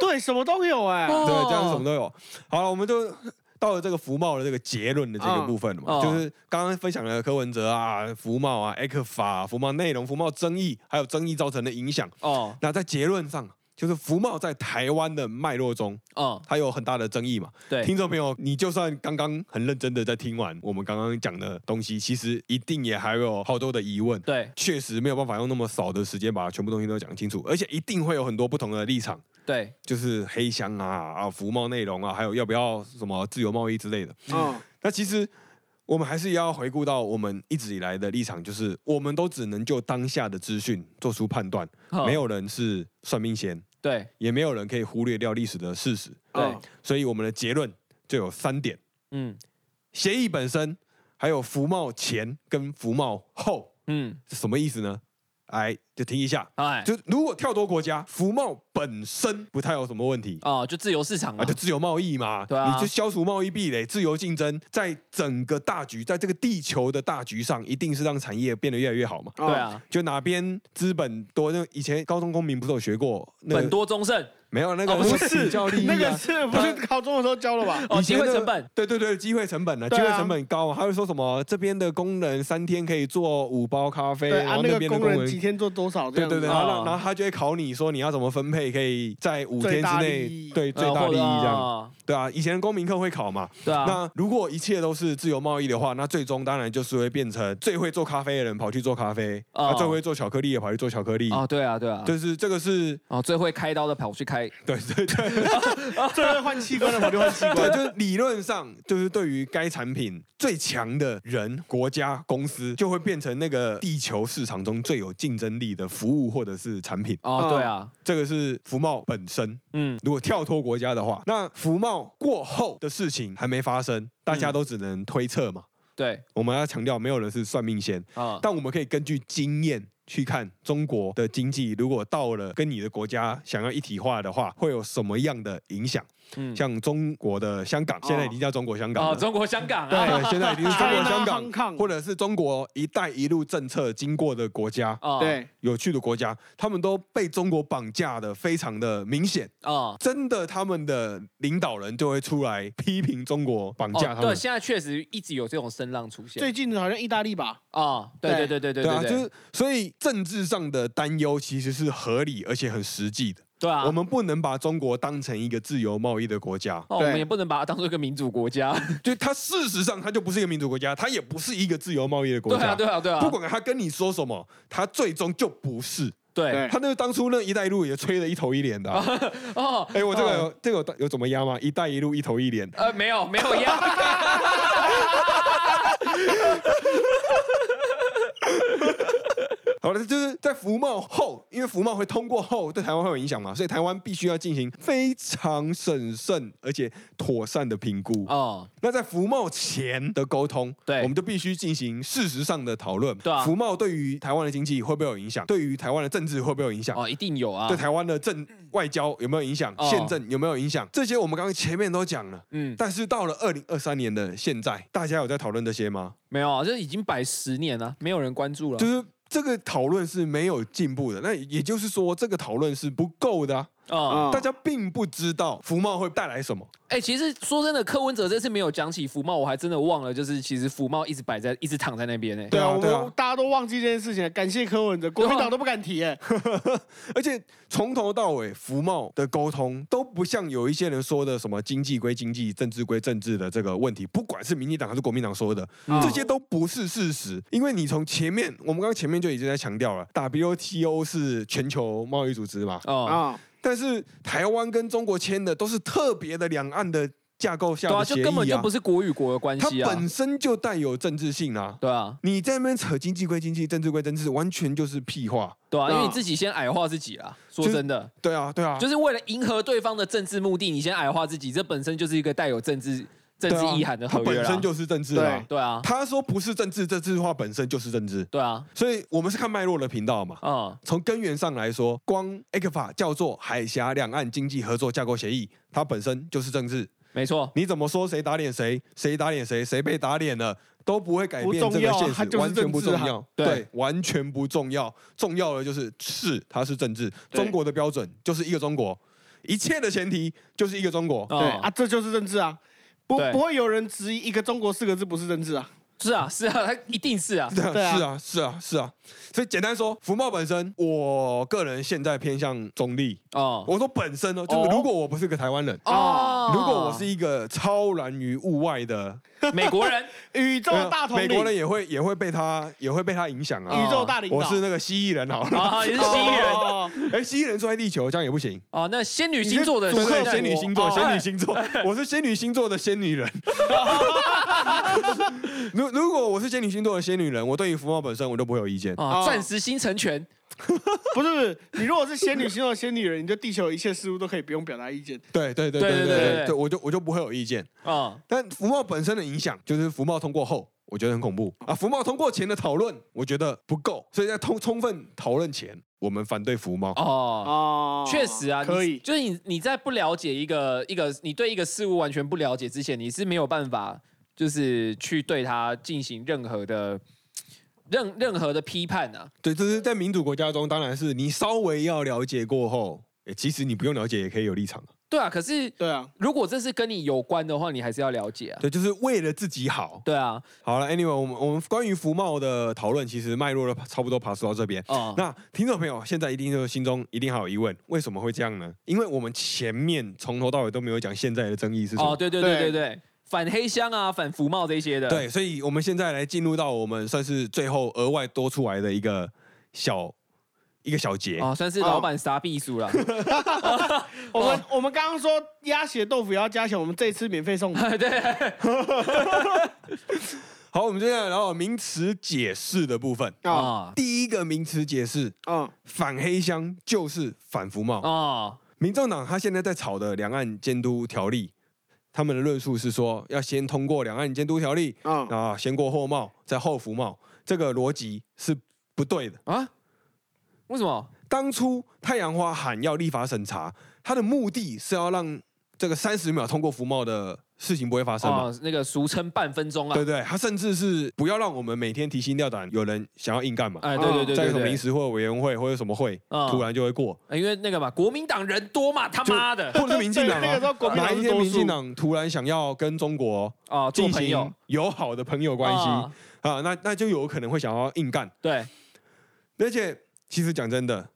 Speaker 3: 对，什么都有哎。
Speaker 2: 哦
Speaker 1: 对，这样什么都有。好了，我们就到了这个福茂的这个结论的这个部分了嘛，
Speaker 2: 嗯
Speaker 1: 就是刚刚分享了柯文哲啊、福茂啊、艾克法、福茂内容、福茂争议，还有争议造成的影响。
Speaker 2: 哦，
Speaker 1: 那在结论上，就是福茂在台湾的脉络中，
Speaker 2: 哦，
Speaker 1: 它有很大的争议嘛。
Speaker 2: 对，
Speaker 1: 听众朋友，你就算刚刚很认真的在听完我们刚刚讲的东西，其实一定也还有好多的疑问。
Speaker 2: 对，
Speaker 1: 确实没有办法用那么少的时间把全部东西都讲清楚，而且一定会有很多不同的立场。
Speaker 2: 对，
Speaker 1: 就是黑箱啊啊，服贸内容啊，还有要不要什么自由贸易之类的。
Speaker 3: 嗯，
Speaker 1: 那其实我们还是要回顾到我们一直以来的立场，就是我们都只能就当下的资讯做出判断，
Speaker 2: 哦
Speaker 1: 没有人是算命仙，
Speaker 2: 对，
Speaker 1: 也没有人可以忽略掉历史的事实。
Speaker 2: 对
Speaker 3: 嗯
Speaker 1: 所以我们的结论就有三点：
Speaker 2: 嗯
Speaker 1: 协议本身，还有服贸前跟服贸后，
Speaker 2: 嗯，
Speaker 1: 是什么意思呢？哎，就听一下。
Speaker 2: 哎，
Speaker 1: 就如果跳多国家，服贸本身不太有什么问题，
Speaker 2: 哦，就自由市场
Speaker 1: 啊，
Speaker 2: 嘛
Speaker 1: 就自由贸易嘛，
Speaker 2: 对啊
Speaker 1: 你就消除贸易壁垒，自由竞争，在整个大局，在这个地球的大局上，一定是让产业变得越来越好嘛。
Speaker 2: 对，
Speaker 3: 哦
Speaker 2: 啊，
Speaker 1: 就哪边资本多，那以前高中公民不是有学过那
Speaker 2: 本
Speaker 1: 个
Speaker 2: 多中胜，
Speaker 1: 没有那
Speaker 2: 哦
Speaker 1: 个
Speaker 2: 不
Speaker 1: 什么 (laughs)
Speaker 2: 是
Speaker 1: 比较利益
Speaker 3: 那个
Speaker 1: 啊？
Speaker 3: 是不是考中的时候教了吧？
Speaker 2: 哦，
Speaker 1: 以前
Speaker 2: 机会
Speaker 1: 那个
Speaker 2: 成本，
Speaker 1: 对对对，机会成本呢、
Speaker 3: 对
Speaker 1: 机
Speaker 3: 啊
Speaker 1: 会成本高啊，还会说什么这边的工人三天可以做五包咖啡，
Speaker 3: 对
Speaker 1: 然
Speaker 3: 啊，
Speaker 1: 后
Speaker 3: 那个
Speaker 1: 边的
Speaker 3: 工
Speaker 1: 工
Speaker 3: 人几
Speaker 1: 人。
Speaker 3: 天做多少这
Speaker 1: 对
Speaker 3: 样子？哦
Speaker 1: 对对，
Speaker 2: 啊
Speaker 1: 然后让然后他就会考你说你要怎么分配，可以在五天
Speaker 3: 最
Speaker 1: 之
Speaker 3: 大利
Speaker 1: 内
Speaker 3: 益啊
Speaker 1: 对最
Speaker 2: 呃
Speaker 1: 大
Speaker 2: 或
Speaker 1: 利益
Speaker 2: 者
Speaker 1: 这样。
Speaker 2: 啊
Speaker 1: 对啊，以前公民课会考嘛。
Speaker 2: 对啊，
Speaker 1: 那如果一切都是自由贸易的话，那最终当然就是会变成最会做咖啡的人跑去做咖啡，
Speaker 2: 哦
Speaker 1: 啊，最会做巧克力的跑去做巧克力。
Speaker 2: 哦，对啊，对啊，
Speaker 1: 就是这个是
Speaker 2: 哦，最会开刀的跑去开，
Speaker 1: 对对对
Speaker 3: 最会换器官的跑就换器
Speaker 1: (laughs) 对，
Speaker 3: 官，
Speaker 1: 就是理论上就是对于该产品最强的人、国家、公司，就会变成那个地球市场中最有竞争力的服务或者是产品。嗯
Speaker 2: 哦，
Speaker 3: 哦
Speaker 2: 对啊，
Speaker 1: 这个是福茂本身。
Speaker 2: 嗯，
Speaker 1: 如果跳脱国家的话，那福茂过后的事情还没发生，大家都只能推测嘛。
Speaker 2: 对，
Speaker 1: 我们要强调，没有人是算命仙，
Speaker 2: 啊，
Speaker 1: 但我们可以根据经验去看中国的经济，如果到了跟你的国家想要一体化的话，会有什么样的影响？
Speaker 2: 嗯，
Speaker 1: 像中国的香港，现在已经叫中国香港
Speaker 2: 哦，
Speaker 1: 了。
Speaker 2: 中国香港啊，
Speaker 1: 对，现在已经是中
Speaker 2: (laughs)
Speaker 1: 国香
Speaker 3: China, Hong
Speaker 1: 港，
Speaker 3: Kong
Speaker 1: 或者是中国“一带一路”政策经过的国家，
Speaker 2: 哦，
Speaker 3: 对，
Speaker 1: 有趣的国家，他们都被中国绑架的非常的明显。
Speaker 2: 哦，
Speaker 1: 真的，他们的领导人就会出来批评中国绑架
Speaker 2: 哦，
Speaker 1: 他
Speaker 2: 对，
Speaker 1: 们。
Speaker 2: 现在确实一直有这种声浪出现，
Speaker 3: 最近好像意大利吧，
Speaker 2: 哦，对对对对对
Speaker 1: 对啊，
Speaker 2: 对，
Speaker 1: 就是所以政治上的担忧其实是合理而且很实际的。
Speaker 2: 对啊，
Speaker 1: 我们不能把中国当成一个自由贸易的国家，
Speaker 2: 哦，我们
Speaker 3: 对
Speaker 2: 也不能把它当做一个民主国家，
Speaker 1: 就它事实上它就不是一个民主国家，它也不是一个自由贸易的国
Speaker 2: (laughs) 对啊，
Speaker 1: 家。
Speaker 2: 对啊，对啊，
Speaker 1: 不管他跟你说什么，他最终就不是。
Speaker 2: 对啊
Speaker 3: 对
Speaker 1: 他那个当初那“一带一路”也吹得一头一脸的、啊。
Speaker 2: 哦，
Speaker 1: 哎，我这个
Speaker 2: 哦
Speaker 1: 有这个有有怎么压吗？“一带一路”一头一脸。
Speaker 2: 呃，没有没有压，
Speaker 1: 好了，就是在福茂后，因为福茂会通过后对台湾会有影响嘛，所以台湾必须要进行非常审慎而且妥善的评估。
Speaker 2: 哦，
Speaker 1: 那在福茂前的沟通，
Speaker 2: 对
Speaker 1: 我们就必须进行事实上的讨论。
Speaker 2: 对啊
Speaker 1: 福茂对于台湾的经济会不会有影响？对于台湾的政治会不会有影响？
Speaker 2: 哦，一定有啊
Speaker 1: 对，台湾的政外交有没有影响？
Speaker 2: 哦
Speaker 1: 宪政有没有影响？这些我们刚刚前面都讲了。
Speaker 2: 嗯，
Speaker 1: 但是到了二零二三年的现在，大家有在讨论这些吗？
Speaker 2: 没有啊，这已经摆十年了，没有人关注了
Speaker 1: 就，是这个讨论是没有进步的。那也就是说，这个讨论是不够的、啊。
Speaker 2: 哦，
Speaker 3: 嗯
Speaker 1: 大家并不知道福茂会带来什么。
Speaker 2: 哎，其实说真的，柯文哲这次没有讲起福茂，我还真的忘了，就是其实福茂一直摆在，一直躺在那边呢，欸
Speaker 1: 对啊
Speaker 3: 我
Speaker 1: 对啊
Speaker 3: 们大家都忘记这件事情了，感谢柯文哲，国民党都不敢提哎。
Speaker 1: 而且从头到尾，福茂的沟通都不像有一些人说的什么经济归经济、政治归政治的这个问题，不管是民进党还是国民党说的，
Speaker 2: 嗯
Speaker 1: 这些都不是事实。因为你从前面，我们刚刚前面就已经在强调了，WTO 是全球贸易组织嘛，
Speaker 2: 哦，
Speaker 3: 啊，
Speaker 1: 但是台湾跟中国签的都是特别的两岸的架构下
Speaker 2: 对啊，
Speaker 1: 的
Speaker 2: 就
Speaker 1: 协议
Speaker 2: 根本就
Speaker 1: 啊
Speaker 2: 不，是国与国的关
Speaker 1: 它
Speaker 2: 系啊，
Speaker 1: 本身就带有政治性啊。
Speaker 2: 对啊，
Speaker 1: 你在那边扯经济归经济，政治归政治，完全就是屁话。
Speaker 2: 对啊，因为
Speaker 3: 那
Speaker 2: 你自己先矮化自己啦。说
Speaker 1: 就是
Speaker 2: 真的，
Speaker 1: 对啊，对啊，
Speaker 2: 就是为了迎合对方的政治目的，你先矮化自己，这本身就是一个带有政治
Speaker 1: 对
Speaker 2: 政治
Speaker 1: 啊
Speaker 2: 意涵的
Speaker 1: 它
Speaker 2: 合约
Speaker 1: 本
Speaker 2: 啦。
Speaker 1: 身就是政治啊
Speaker 3: 对。
Speaker 2: 对啊，
Speaker 1: 他说不是政治，这句话本身就是政治，
Speaker 2: 对啊，
Speaker 1: 所以我们是看脉络的频道嘛。
Speaker 2: 嗯，
Speaker 1: 从根源上来说，光 A 克法叫做海峡两岸经济合作架构协议，它本身就是政治。
Speaker 2: 没错，
Speaker 1: 你怎么说谁打脸谁，谁打脸谁，谁被打脸了，都不会改变这
Speaker 3: 不重
Speaker 1: 个
Speaker 3: 要
Speaker 1: 现
Speaker 3: 它
Speaker 1: 实，
Speaker 3: 就是
Speaker 1: 完全不重
Speaker 3: 政治啊
Speaker 1: 要。
Speaker 2: 对
Speaker 1: 对，完全不重要。重要的就是是它是政治，
Speaker 3: 对
Speaker 1: 中国的标准就是一个中国，一切的前提就是一个中国。
Speaker 2: 嗯
Speaker 3: 对啊，这就是政治啊，不
Speaker 2: 对
Speaker 3: 不会有人质疑一个中国四个字不是政治啊。
Speaker 2: 是啊，是啊，他一定是啊，
Speaker 1: 对
Speaker 3: 对
Speaker 1: 啊，(laughs)
Speaker 3: 啊
Speaker 1: 是啊，是啊，是啊。所以简单说，福茂本身，我个人现在偏向中立。
Speaker 2: 哦
Speaker 1: 我说本身呢，就是
Speaker 3: 哦
Speaker 1: 如果我不是个台湾人，
Speaker 2: 哦，
Speaker 1: 如果我是一个超然于物外的，
Speaker 2: (laughs) 美国人，
Speaker 3: 宇宙大同
Speaker 1: 美国人
Speaker 3: 理，
Speaker 1: 也会也会被他也会被他影响啊。
Speaker 2: 哦
Speaker 3: 宇宙大领导。
Speaker 1: 我是那个蜥蜴人好了，
Speaker 2: 啊，你是
Speaker 3: 哦
Speaker 2: 蜥蜴人
Speaker 3: 哦哦
Speaker 1: 哎，蜥蜴人坐在地球这样也不行。
Speaker 2: 哦，那仙女星座的啊哦
Speaker 1: 对
Speaker 3: 你是
Speaker 1: 对对
Speaker 3: 对对
Speaker 1: 仙女星座，
Speaker 3: 我
Speaker 1: 仙女星座，
Speaker 2: 哎
Speaker 1: 我是仙女星座的仙女人。 (laughs) 如如果我是仙女星座的仙女人，我对于福茂本身我都不会有意见。
Speaker 2: 啊，
Speaker 3: 哦
Speaker 2: 暂时星成全，
Speaker 3: 不是不是，你如果是仙女星座的仙女人，你对地球一切事物都可以不用表达意见。
Speaker 1: 对对对
Speaker 2: 对
Speaker 1: 对
Speaker 2: 对对
Speaker 1: 对
Speaker 2: 对
Speaker 1: 对，我就我就不会有意见。
Speaker 2: 嗯，
Speaker 1: 但福茂本身的影响，就是福茂通过后，我觉得很恐怖啊。福茂通过前的讨论，我觉得不够，所以在充充分讨论前，我们反对福茂。
Speaker 2: 哦。
Speaker 3: 哦，
Speaker 2: 确实啊，你
Speaker 3: 可以。
Speaker 2: 就是你你在不了解一个一个你对一个事物完全不了解之前，你是没有办法就是去对它进行任何的任任何的批判啊。
Speaker 1: 对，这是在民主国家中，当然是你稍微要了解过后，诶其实你不用了解也可以有立场。
Speaker 2: 对啊，可是
Speaker 3: 对啊，
Speaker 2: 如果这是跟你有关的话，你还是要了解啊。
Speaker 1: 对，就是为了自己好。
Speaker 2: 对啊，
Speaker 1: 好了，Anyway，我们我们关于福茂的讨论，其实脉络的差不多爬梳到这边。
Speaker 2: 哦、
Speaker 1: 那听众朋友现在一定就心中一定还有疑问，为什么会这样呢？因为我们前面从头到尾都没有讲现在的争议是什么。
Speaker 2: 哦，对对对对对，反黑箱啊，反福帽这些的，
Speaker 1: 对，所以我们现在来进入到我们算是最后额外多出来的一个小一个小节。
Speaker 2: 哦，算是老板杀避暑了，
Speaker 1: 哦
Speaker 3: 我们、我们刚刚说鸭血豆腐也要加钱，我们这次免费送你。
Speaker 2: 对，
Speaker 1: 好，我们接下来聊到名词解释的部分。
Speaker 3: 啊
Speaker 2: 啊
Speaker 1: 第一个名词解释，
Speaker 3: 啊
Speaker 1: 反黑箱就是反服贸。
Speaker 2: 啊
Speaker 1: 民众党他现在在吵的两岸监督条例，他们的论述是说要先通过两岸监督条例，
Speaker 3: 啊！
Speaker 1: 啊，先过后贸，再后服贸，这个逻辑是不对的。
Speaker 2: 啊！为什么？
Speaker 1: 当初太阳花喊要立法审查，它的目的是要让这个三十秒通过服贸的事情不会发生嘛？
Speaker 2: 哦，那个俗称半分钟啊
Speaker 1: 对，不对？他甚至是不要让我们每天提心吊胆，有人想要硬干嘛？
Speaker 3: 啊
Speaker 2: 哎，对对对
Speaker 1: 在
Speaker 2: 对
Speaker 1: 什么
Speaker 2: 对
Speaker 1: 临，时会委员会或者什么会，
Speaker 2: 嗯
Speaker 1: 突然就会过，
Speaker 2: 哎因为那个嘛，国民党人多嘛，他妈的
Speaker 1: 或者是民进党
Speaker 3: (laughs) 对那个时
Speaker 1: 啊
Speaker 3: 候国民党
Speaker 1: 哪
Speaker 3: 是
Speaker 1: 一天
Speaker 3: 多数
Speaker 1: 民进党突然想要跟中国
Speaker 2: 哦，做
Speaker 1: 进
Speaker 2: 朋友
Speaker 1: 行友好的朋友关系
Speaker 2: 哦
Speaker 1: 啊，那那就有可能会想要硬干。
Speaker 2: 对，
Speaker 1: 而且，其实讲真的，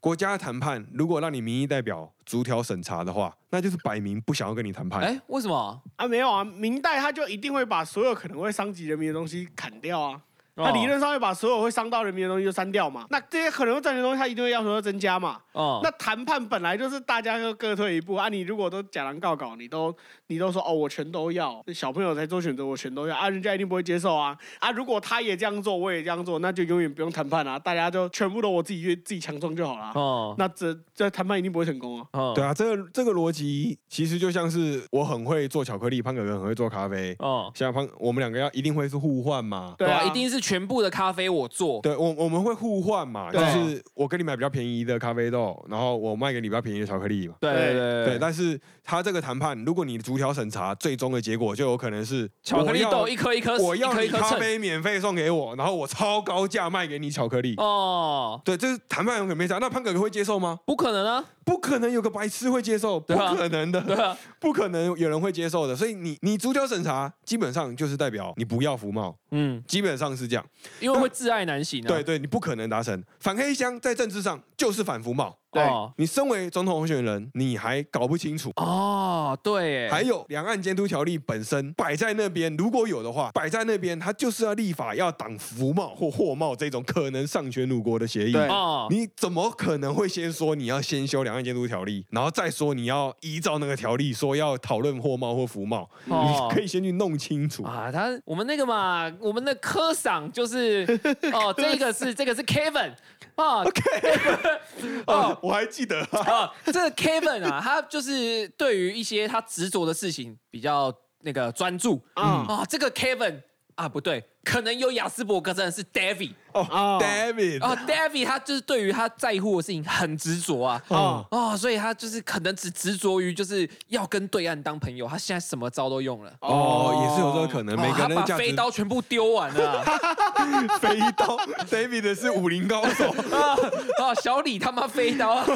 Speaker 1: 国家谈判如果让你民意代表逐条审查的话，那就是摆明不想要跟你谈判。
Speaker 2: 哎，为什么？
Speaker 3: 啊，没有啊，明代他就一定会把所有可能会伤及人民的东西砍掉啊。
Speaker 2: 哦
Speaker 3: 他理论上会把所有会伤到人民的东西就删掉嘛。那这些可能会造成的东西，他一定会要求要增加嘛。
Speaker 2: 哦，
Speaker 3: 那谈判本来就是大家都各退一步啊，你如果都假狼告稿，你都你都说哦，我全都要，小朋友才做选择，我全都要啊，人家一定不会接受啊啊！如果他也这样做，我也这样做，那就永远不用谈判啊，大家就全部都我自己越自己强壮就好了啊。
Speaker 2: 哦
Speaker 3: 那这这谈判一定不会成功啊。
Speaker 2: 哦
Speaker 1: 对啊，这个这个逻辑其实就像是我很会做巧克力，潘哥哥很会做咖啡，
Speaker 2: 哦，
Speaker 1: 像潘我们两个要一定会是互换嘛。
Speaker 3: 对啊，
Speaker 2: 一定是全部的咖啡我做，
Speaker 1: 对，我我们会互换嘛，就
Speaker 3: 对
Speaker 1: 是我跟你买比较便宜的咖啡豆，然后我卖给你比较便宜的巧克力嘛。
Speaker 2: 对
Speaker 3: 对
Speaker 2: 对
Speaker 1: 对，但是他这个谈判，如果你逐条审查，最终的结果就有可能是
Speaker 2: 巧克力
Speaker 1: 我要
Speaker 2: 豆一颗一颗，
Speaker 1: 我
Speaker 2: 呃一
Speaker 1: 要
Speaker 2: 颗一
Speaker 1: 你
Speaker 2: 颗
Speaker 1: 咖
Speaker 2: 称
Speaker 1: 啡免费送给我，然后我超高价卖给你巧克力。
Speaker 2: 哦，
Speaker 1: 对，这是谈判有可能没讲，那潘哥哥会接受吗？
Speaker 2: 不可能啊，
Speaker 1: 不可能有个白痴会接受，不
Speaker 2: 对啊
Speaker 1: 可能
Speaker 2: 对
Speaker 1: 的，
Speaker 2: 啊，
Speaker 1: 不可能有人会接受的。所以你你逐条审查，基本上就是代表你不要服贸，
Speaker 2: 嗯，
Speaker 1: 基本上是这样。
Speaker 2: 因为会挚爱难行啊，
Speaker 1: 对对，你不可能达成反黑箱，在政治上就是反服贸。
Speaker 3: 对
Speaker 2: 哦
Speaker 1: 你身为总统候选人，你还搞不清楚。
Speaker 2: 哦，对，
Speaker 1: 还有两岸监督条例本身摆在那边，如果有的话，摆在那边，它就是要立法要挡服贸或货贸这种可能上权辱国的协议。
Speaker 3: 对
Speaker 2: 哦，
Speaker 1: 你怎么可能会先说你要先修两岸监督条例，然后再说你要依照那个条例说要讨论货贸或服贸？
Speaker 2: 哦
Speaker 1: 你可以先去弄清楚。
Speaker 2: 啊，他我们那个嘛，我们的科赏就是
Speaker 1: (laughs)
Speaker 2: 哦，这个是这个是 Kevin 哦
Speaker 1: 哦
Speaker 2: (laughs) 哦，
Speaker 1: 我还记得、啊，
Speaker 2: 哦，这个 Kevin 啊，他就是对于一些他执着的事情比较那个专注
Speaker 3: 啊
Speaker 2: 哦，这个 Kevin 啊，不对，可能有雅斯伯格症的是 David
Speaker 1: 哦
Speaker 3: 哦
Speaker 1: ，David， (laughs)
Speaker 2: 哦，David 他就是对于他在乎的事情很执着啊。
Speaker 1: 嗯
Speaker 3: 啊
Speaker 2: 哦，所以他就是可能只执着于就是要跟对岸当朋友，他现在什么招都用了，
Speaker 1: 哦，也是有这个可能，每
Speaker 2: 哦
Speaker 1: 个
Speaker 2: 他
Speaker 1: 人的
Speaker 2: 把
Speaker 1: 价值
Speaker 2: 飞刀全部丢完了啊。
Speaker 1: (laughs) 飞刀，David 的是武林高
Speaker 2: (laughs)
Speaker 1: 手。
Speaker 2: 啊啊！小李他妈飞刀啊！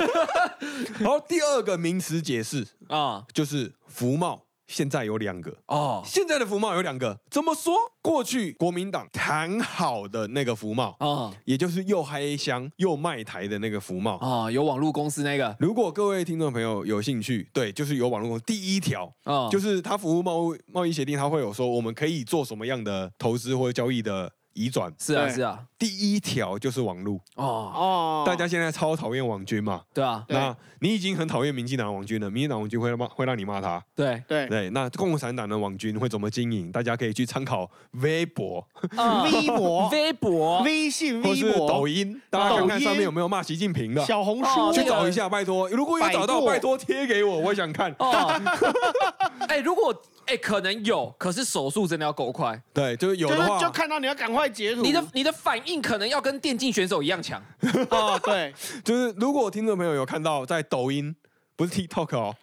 Speaker 1: 然后第二个名词解释
Speaker 2: (laughs) 啊
Speaker 1: 就是服贸，现在有两个。
Speaker 2: 哦
Speaker 1: 现在的服贸有两个，怎么说？过去国民党谈好的那个服贸，
Speaker 2: 哦
Speaker 1: 也就是又嗨箱又卖台的那个服贸。
Speaker 2: 哦，有网络公司那个
Speaker 1: 如果各位听众朋友有兴趣，对，就是有网络公司第一条，
Speaker 3: 啊
Speaker 2: 哦，
Speaker 1: 就是是它服务贸易贸易协定，它会有说我们可以做什么样的投资或者交易的移转。
Speaker 2: 是啊
Speaker 3: 对
Speaker 2: 是啊
Speaker 1: 第一条就是网路，
Speaker 2: 哦，
Speaker 3: 哦，
Speaker 1: 大家现在超讨厌网军嘛。
Speaker 2: 对啊
Speaker 3: 对
Speaker 1: 那你已经很讨厌民进党的网军了，民进党网军会骂，会让你骂他。
Speaker 2: 对
Speaker 3: 对
Speaker 1: 对，那共产党的网军会怎么经营？大家可以去参考微博
Speaker 2: 啊
Speaker 3: 微
Speaker 2: (laughs)
Speaker 3: 博、
Speaker 2: 微博
Speaker 3: 微信、
Speaker 1: 或是
Speaker 3: 微博
Speaker 1: 抖、音，大家看看
Speaker 3: 抖音
Speaker 1: 上面有没有骂习近平的，
Speaker 3: 小红
Speaker 2: 哦
Speaker 1: 去
Speaker 3: 书
Speaker 2: 那个
Speaker 1: 找一下，拜托。如果有找
Speaker 3: 百
Speaker 1: 到，
Speaker 3: 度
Speaker 1: 拜托贴给我，我想看。
Speaker 2: (laughs) 哦，哎，如果哎可能有，可是手速真的要够快，
Speaker 1: 对，就是有
Speaker 3: 就
Speaker 1: 的
Speaker 3: 是
Speaker 1: 话
Speaker 3: 就，看到你要赶快截图。
Speaker 2: 你的你的反应可能要跟电竞选手一样强
Speaker 3: (laughs) 哦，对，
Speaker 1: 就是如果听众朋友有看到在抖音，不是 TikTok 哦，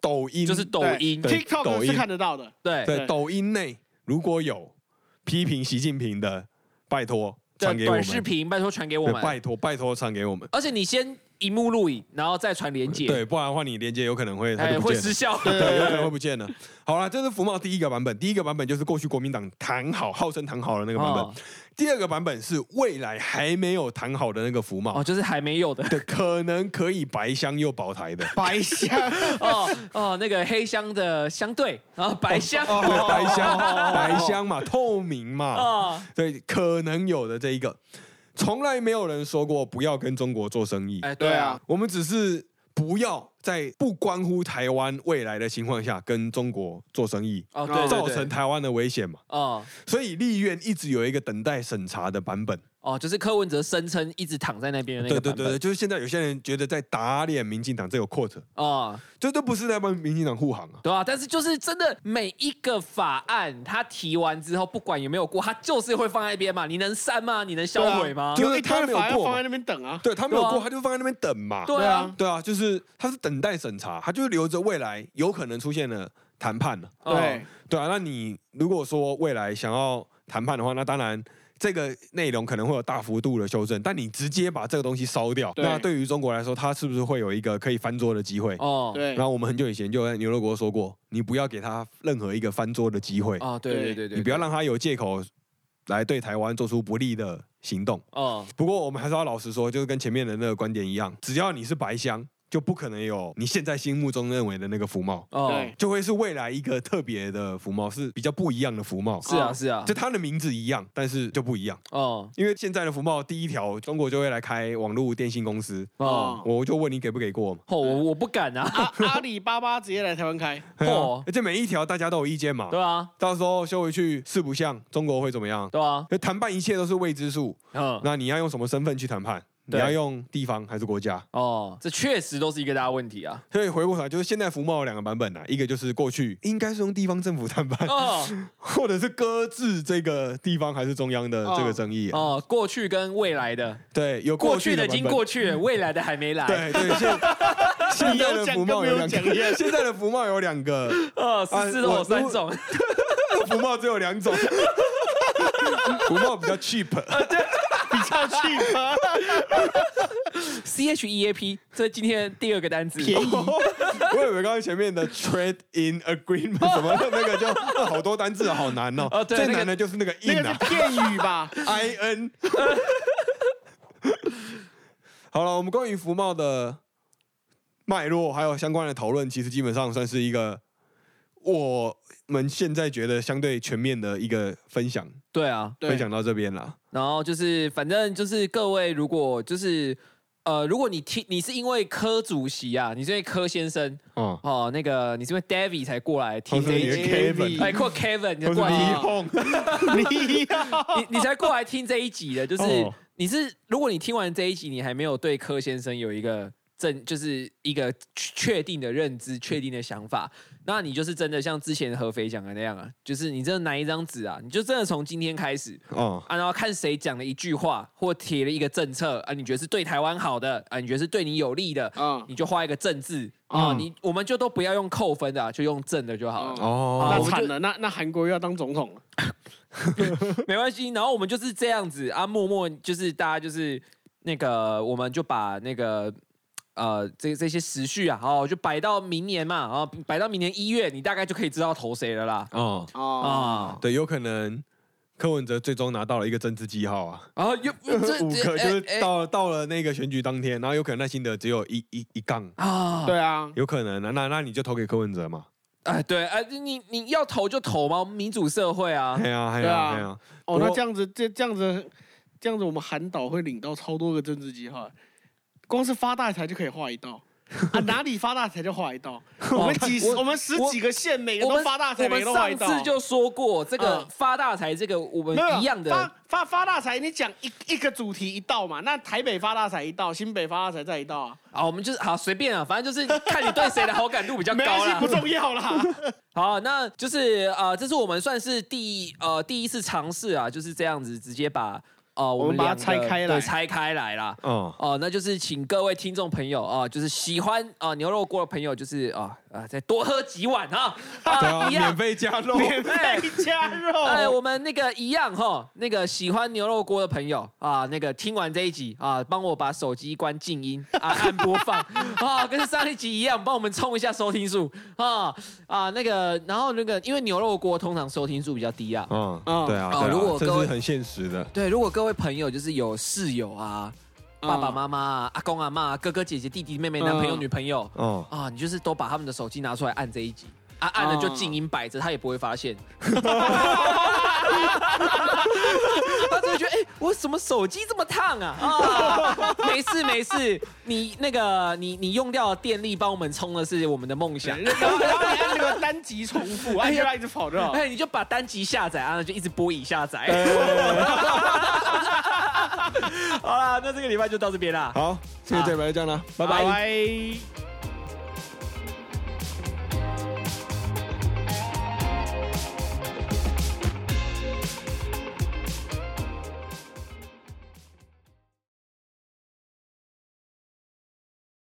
Speaker 1: 抖音
Speaker 2: 就是 (laughs) 抖音
Speaker 1: 对
Speaker 3: TikTok
Speaker 1: 抖音
Speaker 3: 是看得到的。
Speaker 2: 嗯对
Speaker 1: 对
Speaker 3: 对
Speaker 1: 抖音内如果有批评习近平的，拜托传给
Speaker 2: 对
Speaker 1: 我
Speaker 2: 短
Speaker 1: 们，
Speaker 2: 视频，拜托传给我
Speaker 1: 对
Speaker 2: 们，
Speaker 1: 拜托拜托传给我们。
Speaker 2: 而且你先荧幕录影，然后再传连接，，
Speaker 1: 对，不然的话你连接有可能会它
Speaker 2: 哎，
Speaker 1: 就不
Speaker 2: 会
Speaker 1: 见了
Speaker 2: 失效。
Speaker 1: 对，有可能会不见了。好了，这是福茂第一个版本，第一个版本就是过去国民党谈好、号称谈好的那个版本。
Speaker 2: 哦
Speaker 1: 第二个版本是未来还没有谈好的那个福茂
Speaker 2: 哦，就是还没有的
Speaker 1: 的，可能可以白箱又保台的。
Speaker 3: 白箱，
Speaker 2: 哦哦，那个黑箱的相对，然后白箱
Speaker 1: 对，白箱，
Speaker 3: 哦
Speaker 1: 白箱嘛，透明嘛，
Speaker 2: 哦，
Speaker 1: 对，可能有的这一个，从来没有人说过不要跟中国做生意。
Speaker 2: 哎，
Speaker 3: 对
Speaker 2: 对
Speaker 3: 啊
Speaker 2: 啊，
Speaker 1: 我们只是不要在不关乎台湾未来的情况下跟中国做生意，
Speaker 2: 哦，对，对
Speaker 1: 造
Speaker 2: 对
Speaker 1: 成台湾的危险嘛。
Speaker 2: 哦
Speaker 1: 所以立院一直有一个等待审查的版本。
Speaker 2: 哦，就是柯文哲声称一直躺在那边的那
Speaker 1: 对
Speaker 2: 个
Speaker 1: 对
Speaker 2: 版
Speaker 1: 对对，
Speaker 2: 本，
Speaker 1: 就是现在有些人觉得在打脸民进党，这有 quote，
Speaker 2: 哦，
Speaker 1: 这都不是在帮民进党护航啊。
Speaker 2: 对啊，但是就是真的每一个法案，他提完之后，不管有没有过，他就是会放在一边嘛，你能删吗？你能销毁吗
Speaker 1: 对？
Speaker 3: 啊就一
Speaker 1: 他
Speaker 3: 摊
Speaker 1: 没有
Speaker 3: 法要
Speaker 1: 过嘛
Speaker 3: 放在那边等啊。
Speaker 1: 对他没有
Speaker 2: 对啊
Speaker 1: 过，他就放在那边等嘛。
Speaker 2: 对
Speaker 3: 对
Speaker 2: 啊
Speaker 3: 啊，
Speaker 1: 对啊，就是他是等待审查，他就是留着未来有可能出现的谈判了。
Speaker 2: 哦
Speaker 3: 对，
Speaker 1: 对啊，那你如果说未来想要谈判的话，那当然这个内容可能会有大幅度的修正，但你直接把这个东西烧掉，
Speaker 3: 对
Speaker 1: 那对于中国来说，它是不是会有一个可以翻桌的机会？
Speaker 2: 哦，
Speaker 3: 对
Speaker 1: 然，后我们很久以前就在牛肉国说过，你不要给他任何一个翻桌的机会，
Speaker 2: 哦，对对对对对，
Speaker 1: 你不要让他有借口来对台湾做出不利的行动。
Speaker 2: 哦
Speaker 1: 不过我们还是要老实说，就是跟前面的那个观点一样，只要你是白箱，就不可能有你现在心目中认为的那个福茂，
Speaker 2: 哦
Speaker 3: 对，
Speaker 1: 就会是未来一个特别的福茂，是比较不一样的福茂。
Speaker 2: 是啊
Speaker 3: 哦
Speaker 2: 是啊
Speaker 1: 就，它的名字一样，但是就不一样。
Speaker 2: 哦
Speaker 1: 因为现在的福茂第一条，中国就会来开网络电信公司，
Speaker 2: 哦。
Speaker 1: 我就问你给不给过嘛？
Speaker 2: 哦，我我不敢啊！
Speaker 3: 阿阿里巴巴直接来台湾
Speaker 1: (laughs)
Speaker 3: 开，
Speaker 1: 对啊
Speaker 2: 哦
Speaker 1: 而且每一条大家都有意见嘛。
Speaker 2: 对啊，
Speaker 1: 到时候修回去四不像，中国会怎么样？
Speaker 2: 对啊，
Speaker 1: 就谈判一切都是未知数，
Speaker 2: 嗯，
Speaker 1: 那你要用什么身份去谈判？你
Speaker 2: 对
Speaker 1: 要用地方还是国家？
Speaker 2: 哦，这确实都是一个大问题啊。
Speaker 1: 所以回过头来，就是现在福茂有两个版本啊，一个就是过去应该是用地方政府谈判，
Speaker 2: 哦
Speaker 1: (laughs) 或者是搁置这个地方还是中央的这个争议啊、
Speaker 2: 哦，过去跟未来的，
Speaker 1: 对，有
Speaker 2: 过
Speaker 1: 去
Speaker 2: 去的已
Speaker 1: 版
Speaker 2: 经
Speaker 1: 本
Speaker 2: 过去了，未来的还没来。，
Speaker 1: 对对，现现在的福茂有两
Speaker 3: 有讲跟没有讲一
Speaker 1: 个，
Speaker 3: 样
Speaker 1: 现在的福茂有两个，
Speaker 2: 呃，十四
Speaker 1: 啊
Speaker 2: 楼
Speaker 1: 我
Speaker 2: 有三种，
Speaker 1: 福茂只有两种， (laughs) 福茂比较 cheap。
Speaker 3: 比较去吗？
Speaker 2: (laughs) C H E A P，这是今天第二个单词。
Speaker 3: 便宜
Speaker 1: 哦我以为刚刚前面的 trade in agreement 什么的那个就那好多单字啊好难哦
Speaker 2: 哦，对
Speaker 1: 最
Speaker 2: 那个
Speaker 1: 难的就是那个
Speaker 3: 那
Speaker 1: in
Speaker 3: 个
Speaker 1: 啊
Speaker 3: 是片语吧？
Speaker 1: ，i n。好了，我们关于福茂的脉络还有相关的讨论，其实基本上算是一个我们现在觉得相对全面的一个分享，
Speaker 2: 对啊，
Speaker 1: 分
Speaker 3: 对，
Speaker 1: 享到这边了。
Speaker 2: 然后就是反正就是各位，如果就是呃，如果你听你是因为柯主席啊，你是因为柯先生
Speaker 1: 嗯，
Speaker 2: 哦，那个你是因为 David 才过来
Speaker 1: 或
Speaker 2: 听
Speaker 1: 是
Speaker 2: 这
Speaker 1: 哦你
Speaker 2: 一
Speaker 1: 的
Speaker 2: 集，
Speaker 1: Kevin，
Speaker 2: 哎，或 Kevin 你才
Speaker 1: 或
Speaker 2: 过
Speaker 1: 是
Speaker 2: 来
Speaker 1: 你
Speaker 2: 听
Speaker 3: 啊
Speaker 1: Hong，
Speaker 3: (laughs) 你呀，
Speaker 2: (laughs) 你你才过来听这一集的，就是、
Speaker 1: 哦
Speaker 2: 你是如果你听完这一集，你还没有对柯先生有一个正就是一个确确定的认知、确定的想法，那你就是真的像之前合肥讲的那样啊，就是你真的拿一张纸啊，你就真的从今天开始
Speaker 1: 哦，
Speaker 2: 啊，然后看谁讲了一句话或提了一个政策啊，你觉得是对台湾好的啊，你觉得是对你有利的，
Speaker 3: 嗯，
Speaker 2: 你就画一个正字啊，
Speaker 1: 嗯
Speaker 2: 你我们就都不要用扣分的、啊，就用正的就好了。
Speaker 3: 嗯
Speaker 1: 哦
Speaker 3: 那
Speaker 2: 我们就
Speaker 3: 惨了，那那韩国又要当总统了。
Speaker 2: 没关系。然后我们就是这样子啊，默默就是大家就是那个，我们就把那个呃这这些时序啊，哦，就摆到明年嘛，哦，摆到明年一月，你大概就可以知道投谁了啦。
Speaker 1: 哦，
Speaker 3: 哦，
Speaker 2: 啊，
Speaker 1: 对，有可能柯文哲最终拿到了一个政治记号啊。
Speaker 2: 然后
Speaker 3: (laughs)
Speaker 2: 又
Speaker 1: (laughs)
Speaker 2: 这
Speaker 1: 五
Speaker 2: 这
Speaker 1: 个就
Speaker 2: 哎
Speaker 1: 是
Speaker 2: 哎
Speaker 1: 到、到了那个选举当天，然后有可能赖清德只有一一一杠，
Speaker 2: 啊，
Speaker 3: 对啊，
Speaker 1: 有可能啊，那那你就投给柯文哲嘛？
Speaker 2: 哎对哎，你你要投就投嘛，民主社会
Speaker 3: (laughs)
Speaker 2: 啊，
Speaker 1: 哎呀哎
Speaker 3: 对
Speaker 1: 呀
Speaker 3: 啊
Speaker 1: 哎呀，
Speaker 3: 哦，那
Speaker 1: 我
Speaker 3: 这样子，这这样子，这样子，我们韩岛会领到超多个政治记号，光是发大财就可以画一道。
Speaker 2: (laughs)
Speaker 3: 啊，哪里发大财就画一道。我们几十，
Speaker 2: 我
Speaker 3: 我们十
Speaker 2: 我
Speaker 3: 几个县，每个
Speaker 2: 我
Speaker 3: 都
Speaker 2: 们
Speaker 3: 发大财，
Speaker 2: 我
Speaker 3: 每
Speaker 2: 们
Speaker 3: 个都画一
Speaker 2: 上
Speaker 3: 道。
Speaker 2: 次就说过，这个
Speaker 3: 嗯
Speaker 2: 发大财，这个我们
Speaker 3: 没有
Speaker 2: 一样的
Speaker 3: 发发发大财，你讲一一个主题一道嘛？那台北发大财一道，新北发大财再一道啊，
Speaker 2: 啊，我们就是好随便啊，反正就是看你对谁的好感度比较
Speaker 3: (laughs) 没关
Speaker 2: 高
Speaker 3: 系，
Speaker 2: 啦
Speaker 3: 不。重
Speaker 2: (laughs)
Speaker 3: 要啦。
Speaker 2: 好，那就是呃，这是我们算是第呃第一次尝试啊，就是这样子直接把呃，
Speaker 3: 我们
Speaker 2: 两
Speaker 3: 把它
Speaker 2: 个
Speaker 3: 拆开来
Speaker 2: 对拆开来啦。
Speaker 1: 嗯，
Speaker 2: 哦，那就是请各位听众朋友啊、就是喜欢啊、牛肉锅的朋友，就是啊啊、再多喝几碗啊
Speaker 1: 对
Speaker 2: 啊、
Speaker 1: 啊，
Speaker 2: 一样
Speaker 1: 免。费加肉，
Speaker 3: 免费加
Speaker 2: 哎，
Speaker 3: 肉，
Speaker 2: 我们那个一样哈，那个喜欢牛肉锅的朋友啊，那个听完这一集啊，帮我把手机关静音 (laughs) 啊，按播放啊，跟上一集一样，帮我们冲一下收听数啊啊，那个，然后那个，因为牛肉锅通常收听数比较低啊。
Speaker 1: 嗯，
Speaker 3: (laughs) 嗯
Speaker 1: 对啊，
Speaker 2: 哦
Speaker 1: 对啊
Speaker 2: 如果
Speaker 1: 这
Speaker 2: 各位
Speaker 1: 是很现实的，
Speaker 2: 对，如果各位朋友就是有室友啊、爸爸
Speaker 3: 嗯
Speaker 2: 妈妈啊、阿公阿妈啊、哥哥姐姐、弟弟妹妹、男朋友
Speaker 3: 嗯
Speaker 2: 女朋友
Speaker 1: 嗯，
Speaker 2: 啊，你就是都把他们的手机拿出来按这一集。啊，按了就静音摆着，他也不会发现。他就会觉得，哎、我什么手机这么烫啊？啊，没事没事，你那个你你用掉的电力帮我们充的是我们的梦想
Speaker 3: 对。然后然后你按那个单集重复，啊按就它一直跑着。
Speaker 2: (laughs) 哎、你就把单集下载，然啊后就一直播已下载。 (laughs) 好啦，那这个礼拜就到这边啦。
Speaker 1: 好，这个这礼拜就这样了，拜拜。
Speaker 3: 拜。